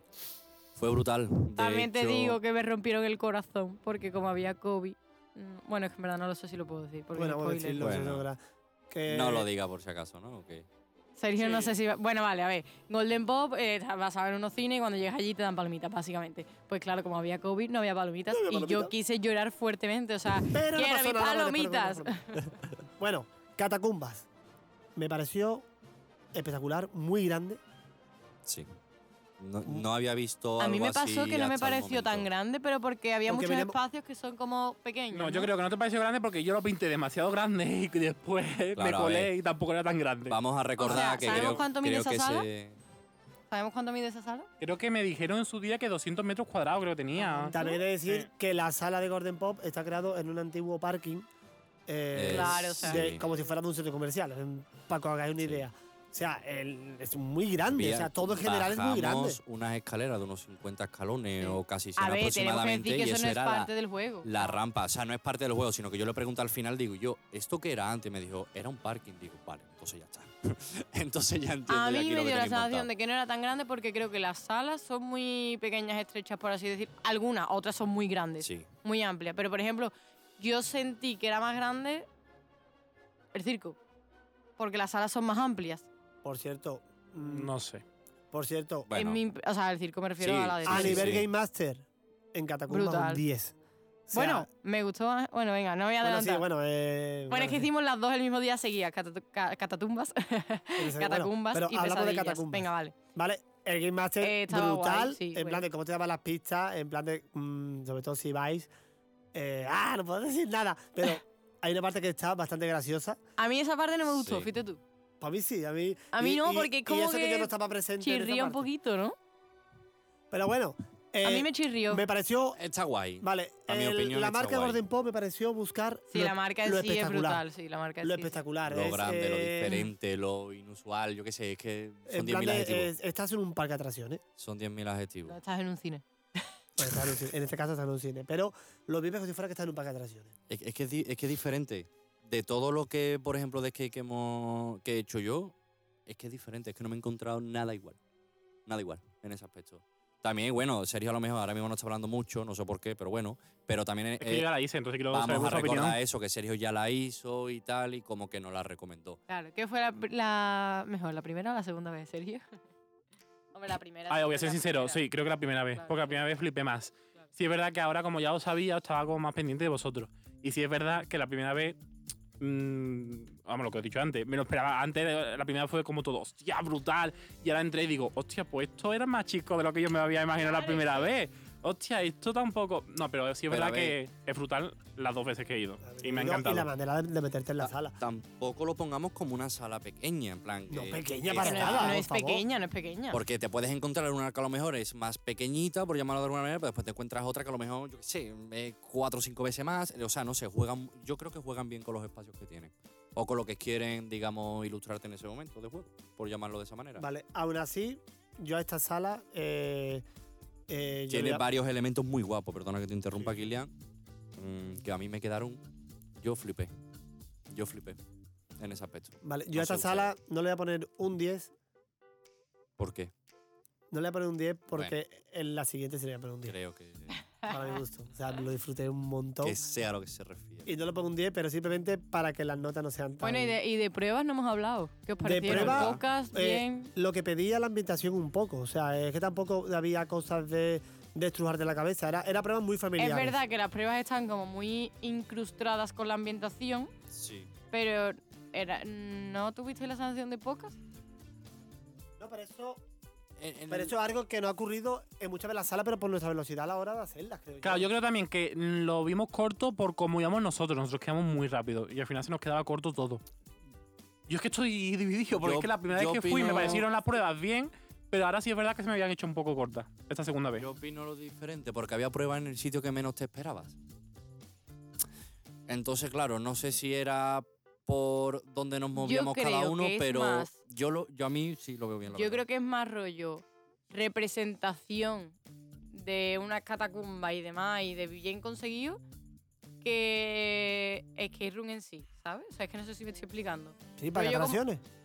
[SPEAKER 3] fue brutal. De
[SPEAKER 4] También te
[SPEAKER 3] hecho,
[SPEAKER 4] digo que me rompieron el corazón, porque como había COVID... mm, Bueno, es que en verdad no lo sé si lo puedo decir, porque
[SPEAKER 2] Bueno,
[SPEAKER 4] es
[SPEAKER 2] vamos a
[SPEAKER 4] spoiler.
[SPEAKER 2] decirlo,
[SPEAKER 3] Bueno.
[SPEAKER 2] eso es verdad. Que-
[SPEAKER 3] No lo diga por si acaso, ¿no? ¿O qué?
[SPEAKER 4] Sergio, no
[SPEAKER 2] Sí.
[SPEAKER 4] sé si. va- Bueno, vale, a ver. Golden Pop eh, está basado en unos cines y cuando llegas allí te dan palomitas, básicamente. Pues claro, como había COVID, no había palomitas.
[SPEAKER 2] No había
[SPEAKER 4] y yo
[SPEAKER 2] palomitas.
[SPEAKER 4] quise llorar fuertemente. O sea,
[SPEAKER 2] Pero no
[SPEAKER 4] quiero
[SPEAKER 2] pasó
[SPEAKER 4] mis
[SPEAKER 2] nada, vale, espero que no
[SPEAKER 4] palomitas.
[SPEAKER 2] pasó nada. bueno, Catacumbas. Me pareció espectacular, muy grande.
[SPEAKER 3] Sí. No, no había visto
[SPEAKER 4] a mí
[SPEAKER 3] algo
[SPEAKER 4] me pasó
[SPEAKER 3] así
[SPEAKER 4] que no me
[SPEAKER 3] hasta el
[SPEAKER 4] pareció tan
[SPEAKER 3] momento.
[SPEAKER 4] grande, pero porque había
[SPEAKER 2] Porque
[SPEAKER 4] muchos
[SPEAKER 2] veníamos-
[SPEAKER 4] espacios que son como pequeños.
[SPEAKER 1] No, yo creo que no te pareció grande porque yo lo pinté demasiado grande y después me
[SPEAKER 3] Claro, a
[SPEAKER 1] colé
[SPEAKER 3] ver.
[SPEAKER 1] y tampoco era tan grande.
[SPEAKER 3] Vamos a recordar que
[SPEAKER 4] ¿sabemos
[SPEAKER 3] creo,
[SPEAKER 4] cuánto mide
[SPEAKER 3] creo
[SPEAKER 4] esa
[SPEAKER 3] que
[SPEAKER 4] sala?
[SPEAKER 3] se- eh,
[SPEAKER 4] ¿Sabemos cuánto mide esa sala?
[SPEAKER 1] Creo que me dijeron en su día que 200 metros cuadrados creo que
[SPEAKER 4] ¿Ah,
[SPEAKER 1] tenía.
[SPEAKER 2] También he de decir
[SPEAKER 1] Sí.
[SPEAKER 2] que la sala de Gordon Pop está creado en un antiguo parking. eh,
[SPEAKER 3] Eh,
[SPEAKER 4] Claro, o sea.
[SPEAKER 2] de-
[SPEAKER 3] sí.
[SPEAKER 2] como si fuera de un centro comercial, en- para que os hagáis una
[SPEAKER 3] Sí.
[SPEAKER 2] idea. O sea, el- es muy grande,
[SPEAKER 3] Había-
[SPEAKER 2] o sea, todo en general es muy grande.
[SPEAKER 3] bajamos unas escaleras de unos 50 escalones
[SPEAKER 4] Sí.
[SPEAKER 3] o casi 100
[SPEAKER 4] A ver, tenemos que
[SPEAKER 3] aproximadamente
[SPEAKER 4] decir que
[SPEAKER 3] y
[SPEAKER 4] eso,
[SPEAKER 3] eso,
[SPEAKER 4] no es
[SPEAKER 3] era la-
[SPEAKER 4] parte del juego.
[SPEAKER 3] la, rampa. O sea, no es parte del juego, sino que yo le pregunto al final, digo yo, ¿esto qué era antes? Me dijo, era un parking. Digo, vale, entonces ya está. entonces ya entiendo. ya
[SPEAKER 4] A mí
[SPEAKER 3] aquí lo que
[SPEAKER 4] me dio la
[SPEAKER 3] tenéis
[SPEAKER 4] sensación
[SPEAKER 3] montado.
[SPEAKER 4] de que no era tan grande porque creo que las salas son muy pequeñas, estrechas, por así decir. Algunas, otras son muy grandes.
[SPEAKER 3] Sí,
[SPEAKER 4] muy amplia. Pero, por ejemplo, yo sentí que era más grande el circo. Porque las salas son más amplias.
[SPEAKER 2] Por cierto, mm,
[SPEAKER 1] No sé.
[SPEAKER 2] por cierto,
[SPEAKER 3] bueno.
[SPEAKER 4] En mi imp- o sea, el circo me refiero
[SPEAKER 3] Sí,
[SPEAKER 4] a la de...
[SPEAKER 3] sí,
[SPEAKER 2] a
[SPEAKER 3] sí,
[SPEAKER 2] nivel
[SPEAKER 3] sí.
[SPEAKER 2] Game Master, en Catacumbas un
[SPEAKER 4] Brutal.
[SPEAKER 2] 10. O sea,
[SPEAKER 4] bueno, me gustó. más- Bueno, venga, no voy a
[SPEAKER 2] bueno, sí,
[SPEAKER 4] adelantar. Bueno,
[SPEAKER 2] bueno, eh,
[SPEAKER 4] es que
[SPEAKER 2] sí.
[SPEAKER 4] hicimos las dos el mismo día seguidas. catatu- ca- Catatumbas,
[SPEAKER 2] Pero bueno,
[SPEAKER 4] catacumbas
[SPEAKER 2] pero
[SPEAKER 4] y
[SPEAKER 2] hablamos de
[SPEAKER 4] pesadillas.
[SPEAKER 2] catacumbas.
[SPEAKER 4] Venga, vale.
[SPEAKER 2] Vale, el Game Master
[SPEAKER 4] Eh, estaba
[SPEAKER 2] brutal.
[SPEAKER 4] guay, sí,
[SPEAKER 2] en
[SPEAKER 4] bueno.
[SPEAKER 2] plan de cómo te daban las pistas, en plan de. mm, sobre todo si vais. eh, ah, no puedo decir nada. Pero hay una parte que está bastante graciosa.
[SPEAKER 4] A mí esa parte no me gustó,
[SPEAKER 3] Sí.
[SPEAKER 4] fíjate tú.
[SPEAKER 2] Para mí sí, a mí.
[SPEAKER 4] A mí no,
[SPEAKER 2] y-
[SPEAKER 4] porque
[SPEAKER 2] y
[SPEAKER 4] como
[SPEAKER 2] eso
[SPEAKER 4] que
[SPEAKER 2] yo no estaba presente. en esa
[SPEAKER 4] Chirría un
[SPEAKER 2] parte.
[SPEAKER 4] poquito, ¿no?
[SPEAKER 2] Pero bueno.
[SPEAKER 4] a
[SPEAKER 2] eh,
[SPEAKER 4] mí me chirrió.
[SPEAKER 2] me pareció.
[SPEAKER 3] Está guay.
[SPEAKER 2] Vale,
[SPEAKER 3] A mi
[SPEAKER 2] el-
[SPEAKER 3] opinión
[SPEAKER 2] la
[SPEAKER 3] está
[SPEAKER 2] marca de
[SPEAKER 3] guay.
[SPEAKER 2] Gordon Pop me pareció buscar.
[SPEAKER 4] sí,
[SPEAKER 2] lo-
[SPEAKER 4] la marca en
[SPEAKER 2] lo
[SPEAKER 4] sí es
[SPEAKER 2] espectacular,
[SPEAKER 4] brutal. Sí, la marca en
[SPEAKER 2] Lo
[SPEAKER 4] sí, sí.
[SPEAKER 2] espectacular.
[SPEAKER 3] Lo
[SPEAKER 2] es,
[SPEAKER 3] grande, lo
[SPEAKER 2] eh,
[SPEAKER 3] diferente, lo inusual, yo qué sé, es que
[SPEAKER 2] En
[SPEAKER 3] son
[SPEAKER 2] plan
[SPEAKER 3] 10.000
[SPEAKER 2] de, eh,
[SPEAKER 3] adjetivos.
[SPEAKER 2] es- estás en un parque de atracciones.
[SPEAKER 3] Son 10.000 adjetivos.
[SPEAKER 4] No estás en un cine.
[SPEAKER 2] Pues estás en un cine, en este caso estás en un cine. Pero lo vives como si fuera que estás en un parque de atracciones.
[SPEAKER 3] Es, es que es, di- es que es diferente. De todo lo que, por ejemplo, de skate que, hemos, que he hecho yo, es que es diferente. Es que no me he encontrado nada igual. Nada igual en ese aspecto. También, bueno, Sergio a lo mejor ahora mismo no está hablando mucho, no sé por qué, pero bueno. Pero también
[SPEAKER 1] Es que
[SPEAKER 3] eh,
[SPEAKER 1] yo ya la hice, entonces quiero saber
[SPEAKER 3] vamos a
[SPEAKER 1] vuestra opinión.
[SPEAKER 3] recordar eso, que Sergio ya la hizo y tal, y como que no la recomendó.
[SPEAKER 4] Claro, ¿qué fue la, pr- la- mejor, la primera o la segunda vez, Sergio? Hombre, la primera.
[SPEAKER 1] A ver,
[SPEAKER 4] sí,
[SPEAKER 1] voy a
[SPEAKER 4] pero
[SPEAKER 1] ser
[SPEAKER 4] la
[SPEAKER 1] sincero,
[SPEAKER 4] primera.
[SPEAKER 1] sí, creo que la primera vez.
[SPEAKER 4] Claro.
[SPEAKER 1] Porque la primera vez flipé más.
[SPEAKER 4] Claro.
[SPEAKER 1] Sí, es verdad que ahora, como ya lo sabía, estaba como más pendiente de vosotros. Y sí es verdad que la primera vez mm, vamos, lo que os he dicho antes, me lo esperaba. Antes eh, la primera fue como todo, hostia, brutal. Y ahora entré y digo, hostia, pues esto era más chico de lo que yo me había imaginado la
[SPEAKER 4] Claro,
[SPEAKER 1] primera vez. Hostia, esto tampoco. No, pero sí es
[SPEAKER 3] Pero a
[SPEAKER 1] verdad que es brutal las dos veces que he ido. Y me ha
[SPEAKER 2] No,
[SPEAKER 1] encantado.
[SPEAKER 2] la manera de, de meterte en la
[SPEAKER 3] Ta-
[SPEAKER 2] sala.
[SPEAKER 3] Tampoco lo pongamos como una sala pequeña, en plan.
[SPEAKER 2] No,
[SPEAKER 3] que-
[SPEAKER 2] pequeña
[SPEAKER 3] que-
[SPEAKER 2] para
[SPEAKER 4] Que no, es-
[SPEAKER 2] nada,
[SPEAKER 4] no
[SPEAKER 2] por
[SPEAKER 4] es
[SPEAKER 2] favor.
[SPEAKER 4] pequeña, no es pequeña.
[SPEAKER 3] Porque te puedes encontrar una que a lo mejor es más pequeñita, por llamarlo de alguna manera, pero después te encuentras otra que a lo mejor, yo qué sé, eh, cuatro o cinco veces más. O sea, no sé, juegan. Yo creo que juegan bien con los espacios que tienen. O con lo que quieren, digamos, ilustrarte en ese momento de juego, por llamarlo de esa manera.
[SPEAKER 2] Vale, aún así, yo a esta sala. Eh, eh, yo
[SPEAKER 3] Tiene
[SPEAKER 2] voy a-
[SPEAKER 3] varios elementos muy guapos, perdona que te interrumpa, Kilian, mm, que a mí me quedaron. Yo flipé. Yo flipé en ese aspecto.
[SPEAKER 2] Vale, yo
[SPEAKER 3] no
[SPEAKER 2] a esta
[SPEAKER 3] sé
[SPEAKER 2] sala no le voy a poner un 10.
[SPEAKER 3] ¿Por qué?
[SPEAKER 2] No le voy a poner un 10 porque en la siguiente se le voy a poner un 10.
[SPEAKER 3] Creo que,
[SPEAKER 2] Para mi gusto. O sea, lo disfruté un montón.
[SPEAKER 3] que sea a lo que se refiere.
[SPEAKER 2] Y no le pongo un 10, pero simplemente para que las notas no sean tan.
[SPEAKER 4] Bueno, y de, y de pruebas no hemos hablado. ¿Qué os parecieron?
[SPEAKER 2] prueba,
[SPEAKER 4] ¿Pocas?
[SPEAKER 2] eh,
[SPEAKER 4] ¿Bien?
[SPEAKER 2] Lo que pedía la ambientación un poco. O sea, es que tampoco había cosas de, de estrujarte la cabeza. Era, era pruebas muy
[SPEAKER 4] Es
[SPEAKER 2] familiares.
[SPEAKER 4] verdad que las pruebas están como muy incrustadas con la ambientación,
[SPEAKER 3] Sí.
[SPEAKER 4] pero era, ¿no tuviste la sensación de pocas?
[SPEAKER 2] No, pero eso,
[SPEAKER 3] En- en-
[SPEAKER 2] pero eso es algo que no ha ocurrido en muchas de las salas, pero por nuestra velocidad a la hora de hacerlas, creo
[SPEAKER 1] Claro, yo
[SPEAKER 2] yo.
[SPEAKER 1] creo también que lo vimos corto por cómo íbamos nosotros. Nosotros quedamos muy rápido y al final se nos quedaba corto todo. Yo es que estoy dividido, porque
[SPEAKER 3] Yo-
[SPEAKER 1] es que la primera vez
[SPEAKER 3] yo
[SPEAKER 1] que fui me
[SPEAKER 3] opino-
[SPEAKER 1] parecieron las pruebas bien, pero ahora sí es verdad que se me habían hecho un poco cortas esta segunda vez.
[SPEAKER 3] Yo opino lo diferente, porque había pruebas en el sitio que menos te esperabas. Entonces, claro, no sé si era por donde nos movíamos cada
[SPEAKER 4] creo
[SPEAKER 3] uno,
[SPEAKER 4] que es
[SPEAKER 3] pero
[SPEAKER 4] más-
[SPEAKER 3] yo lo, yo a mí sí lo veo bien. la
[SPEAKER 4] Yo
[SPEAKER 3] verdad.
[SPEAKER 4] creo que es más rollo representación de una catacumba y demás y de bien conseguido que Escape Room en sí, ¿sabes? O sea, es que no sé si me estoy explicando.
[SPEAKER 2] Sí, para
[SPEAKER 4] pero
[SPEAKER 2] que
[SPEAKER 4] yo como-
[SPEAKER 2] atracciones.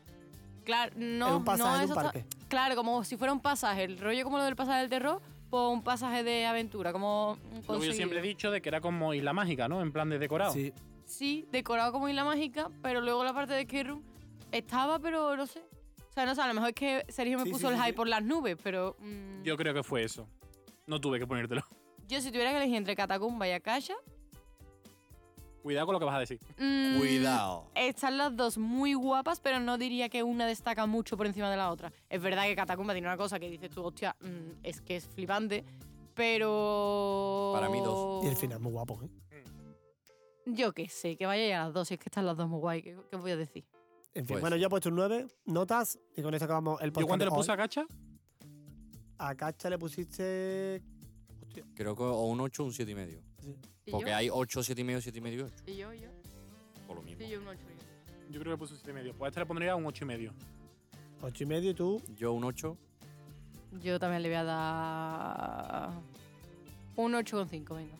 [SPEAKER 4] Claro, no,
[SPEAKER 2] es un pasaje
[SPEAKER 4] no
[SPEAKER 2] en un
[SPEAKER 4] eso está-
[SPEAKER 2] parque.
[SPEAKER 4] Claro, como si fuera un pasaje, el rollo como lo del pasaje del terror, pues un pasaje de aventura, como un
[SPEAKER 1] Lo que yo
[SPEAKER 4] conseguido.
[SPEAKER 1] siempre he dicho de que era como Isla Mágica, ¿no? En plan de decorado.
[SPEAKER 2] Sí.
[SPEAKER 4] Sí, decorado como Isla Mágica, pero luego la parte de Escape Room estaba, pero no sé. O sea, no sé, a lo mejor es que Sergio me
[SPEAKER 2] Sí,
[SPEAKER 4] puso
[SPEAKER 2] sí,
[SPEAKER 4] el
[SPEAKER 2] sí,
[SPEAKER 4] hype
[SPEAKER 2] sí.
[SPEAKER 4] por las nubes, pero... mm,
[SPEAKER 1] Yo creo que fue eso. No tuve que ponértelo.
[SPEAKER 4] Yo si tuviera que elegir entre Catacumba y Akasha...
[SPEAKER 1] Cuidado con lo que vas a decir.
[SPEAKER 3] Pues
[SPEAKER 4] mm,
[SPEAKER 3] Cuidado.
[SPEAKER 4] Están las dos muy guapas, pero no diría que una destaca mucho por encima de la otra. Es verdad que Catacumba tiene una cosa que dices tú, hostia, mm, es que es flipante, pero...
[SPEAKER 3] Para mí dos.
[SPEAKER 2] Y el
[SPEAKER 4] Oh.
[SPEAKER 2] final, muy guapo, ¿eh?
[SPEAKER 4] Yo qué sé, que vaya a las dos, si es que están las dos muy guay, ¿qué, qué voy a decir?
[SPEAKER 2] En fin,
[SPEAKER 3] Pues-
[SPEAKER 2] bueno, yo he puesto un 9, notas, y con eso acabamos el podcast.
[SPEAKER 1] ¿Yo cuánto
[SPEAKER 2] de
[SPEAKER 1] le puse
[SPEAKER 2] hoy.
[SPEAKER 1] a Cacha?
[SPEAKER 2] a Cacha le pusiste. Hostia,
[SPEAKER 3] Creo que o un 8 o un 7 y medio.
[SPEAKER 4] ¿Y
[SPEAKER 3] Porque
[SPEAKER 4] yo?
[SPEAKER 3] hay 8, 7 y medio, 7 y medio, 8.
[SPEAKER 4] ¿Y yo? ¿Y yo?
[SPEAKER 3] Por lo mismo.
[SPEAKER 4] Sí, yo un ocho, yo.
[SPEAKER 1] Yo creo que le puse un 7,5. Pues a este le pondría un 8,5.
[SPEAKER 2] 8 y medio y tú.
[SPEAKER 3] Yo un 8.
[SPEAKER 4] Yo también le voy a dar un 8,5, venga.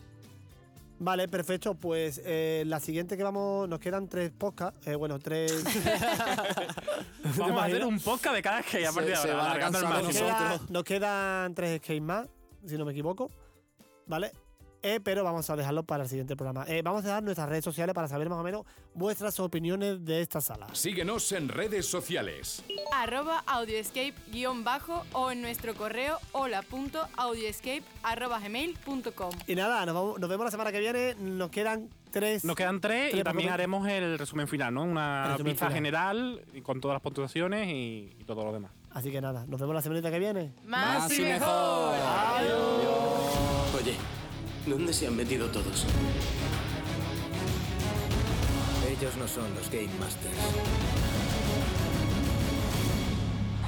[SPEAKER 2] Vale, perfecto. Pues eh, la siguiente que vamos. Nos quedan tres podcasts. eh, bueno, tres.
[SPEAKER 1] Vamos a hacer
[SPEAKER 2] imaginas?
[SPEAKER 1] un podcast de cada vez que hay a
[SPEAKER 3] Se-
[SPEAKER 1] partir de
[SPEAKER 3] se van
[SPEAKER 1] ahora.
[SPEAKER 3] a
[SPEAKER 1] alargando al
[SPEAKER 3] cansar
[SPEAKER 2] nos,
[SPEAKER 3] de
[SPEAKER 1] máximo.
[SPEAKER 3] nosotros.
[SPEAKER 2] queda-
[SPEAKER 3] nosotros.
[SPEAKER 2] nos quedan tres skates más, si no me equivoco. ¿Vale? Eh, pero vamos a dejarlo para el siguiente programa. Eh, vamos a dejar nuestras redes sociales para saber más o menos vuestras opiniones de esta sala.
[SPEAKER 5] Síguenos en redes sociales.
[SPEAKER 4] Arroba audioescape-bajo o en nuestro correo hola.audioescape.gmail.com
[SPEAKER 2] Y nada, nos, vamos- nos vemos la semana que viene. Nos quedan tres.
[SPEAKER 1] Nos quedan tres y
[SPEAKER 2] Tres
[SPEAKER 1] también
[SPEAKER 2] por-
[SPEAKER 1] haremos el resumen final, ¿no?
[SPEAKER 2] El
[SPEAKER 1] Una
[SPEAKER 2] resumen
[SPEAKER 1] pista
[SPEAKER 2] final.
[SPEAKER 1] general y con todas las puntuaciones y, y todo lo demás.
[SPEAKER 2] Así que nada, nos vemos la semanita que viene.
[SPEAKER 4] Más, y mejor.
[SPEAKER 6] Oye, ¿dónde se han metido todos?
[SPEAKER 7] Ellos no son los Game Masters.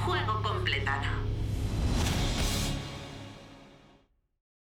[SPEAKER 8] Juego completado.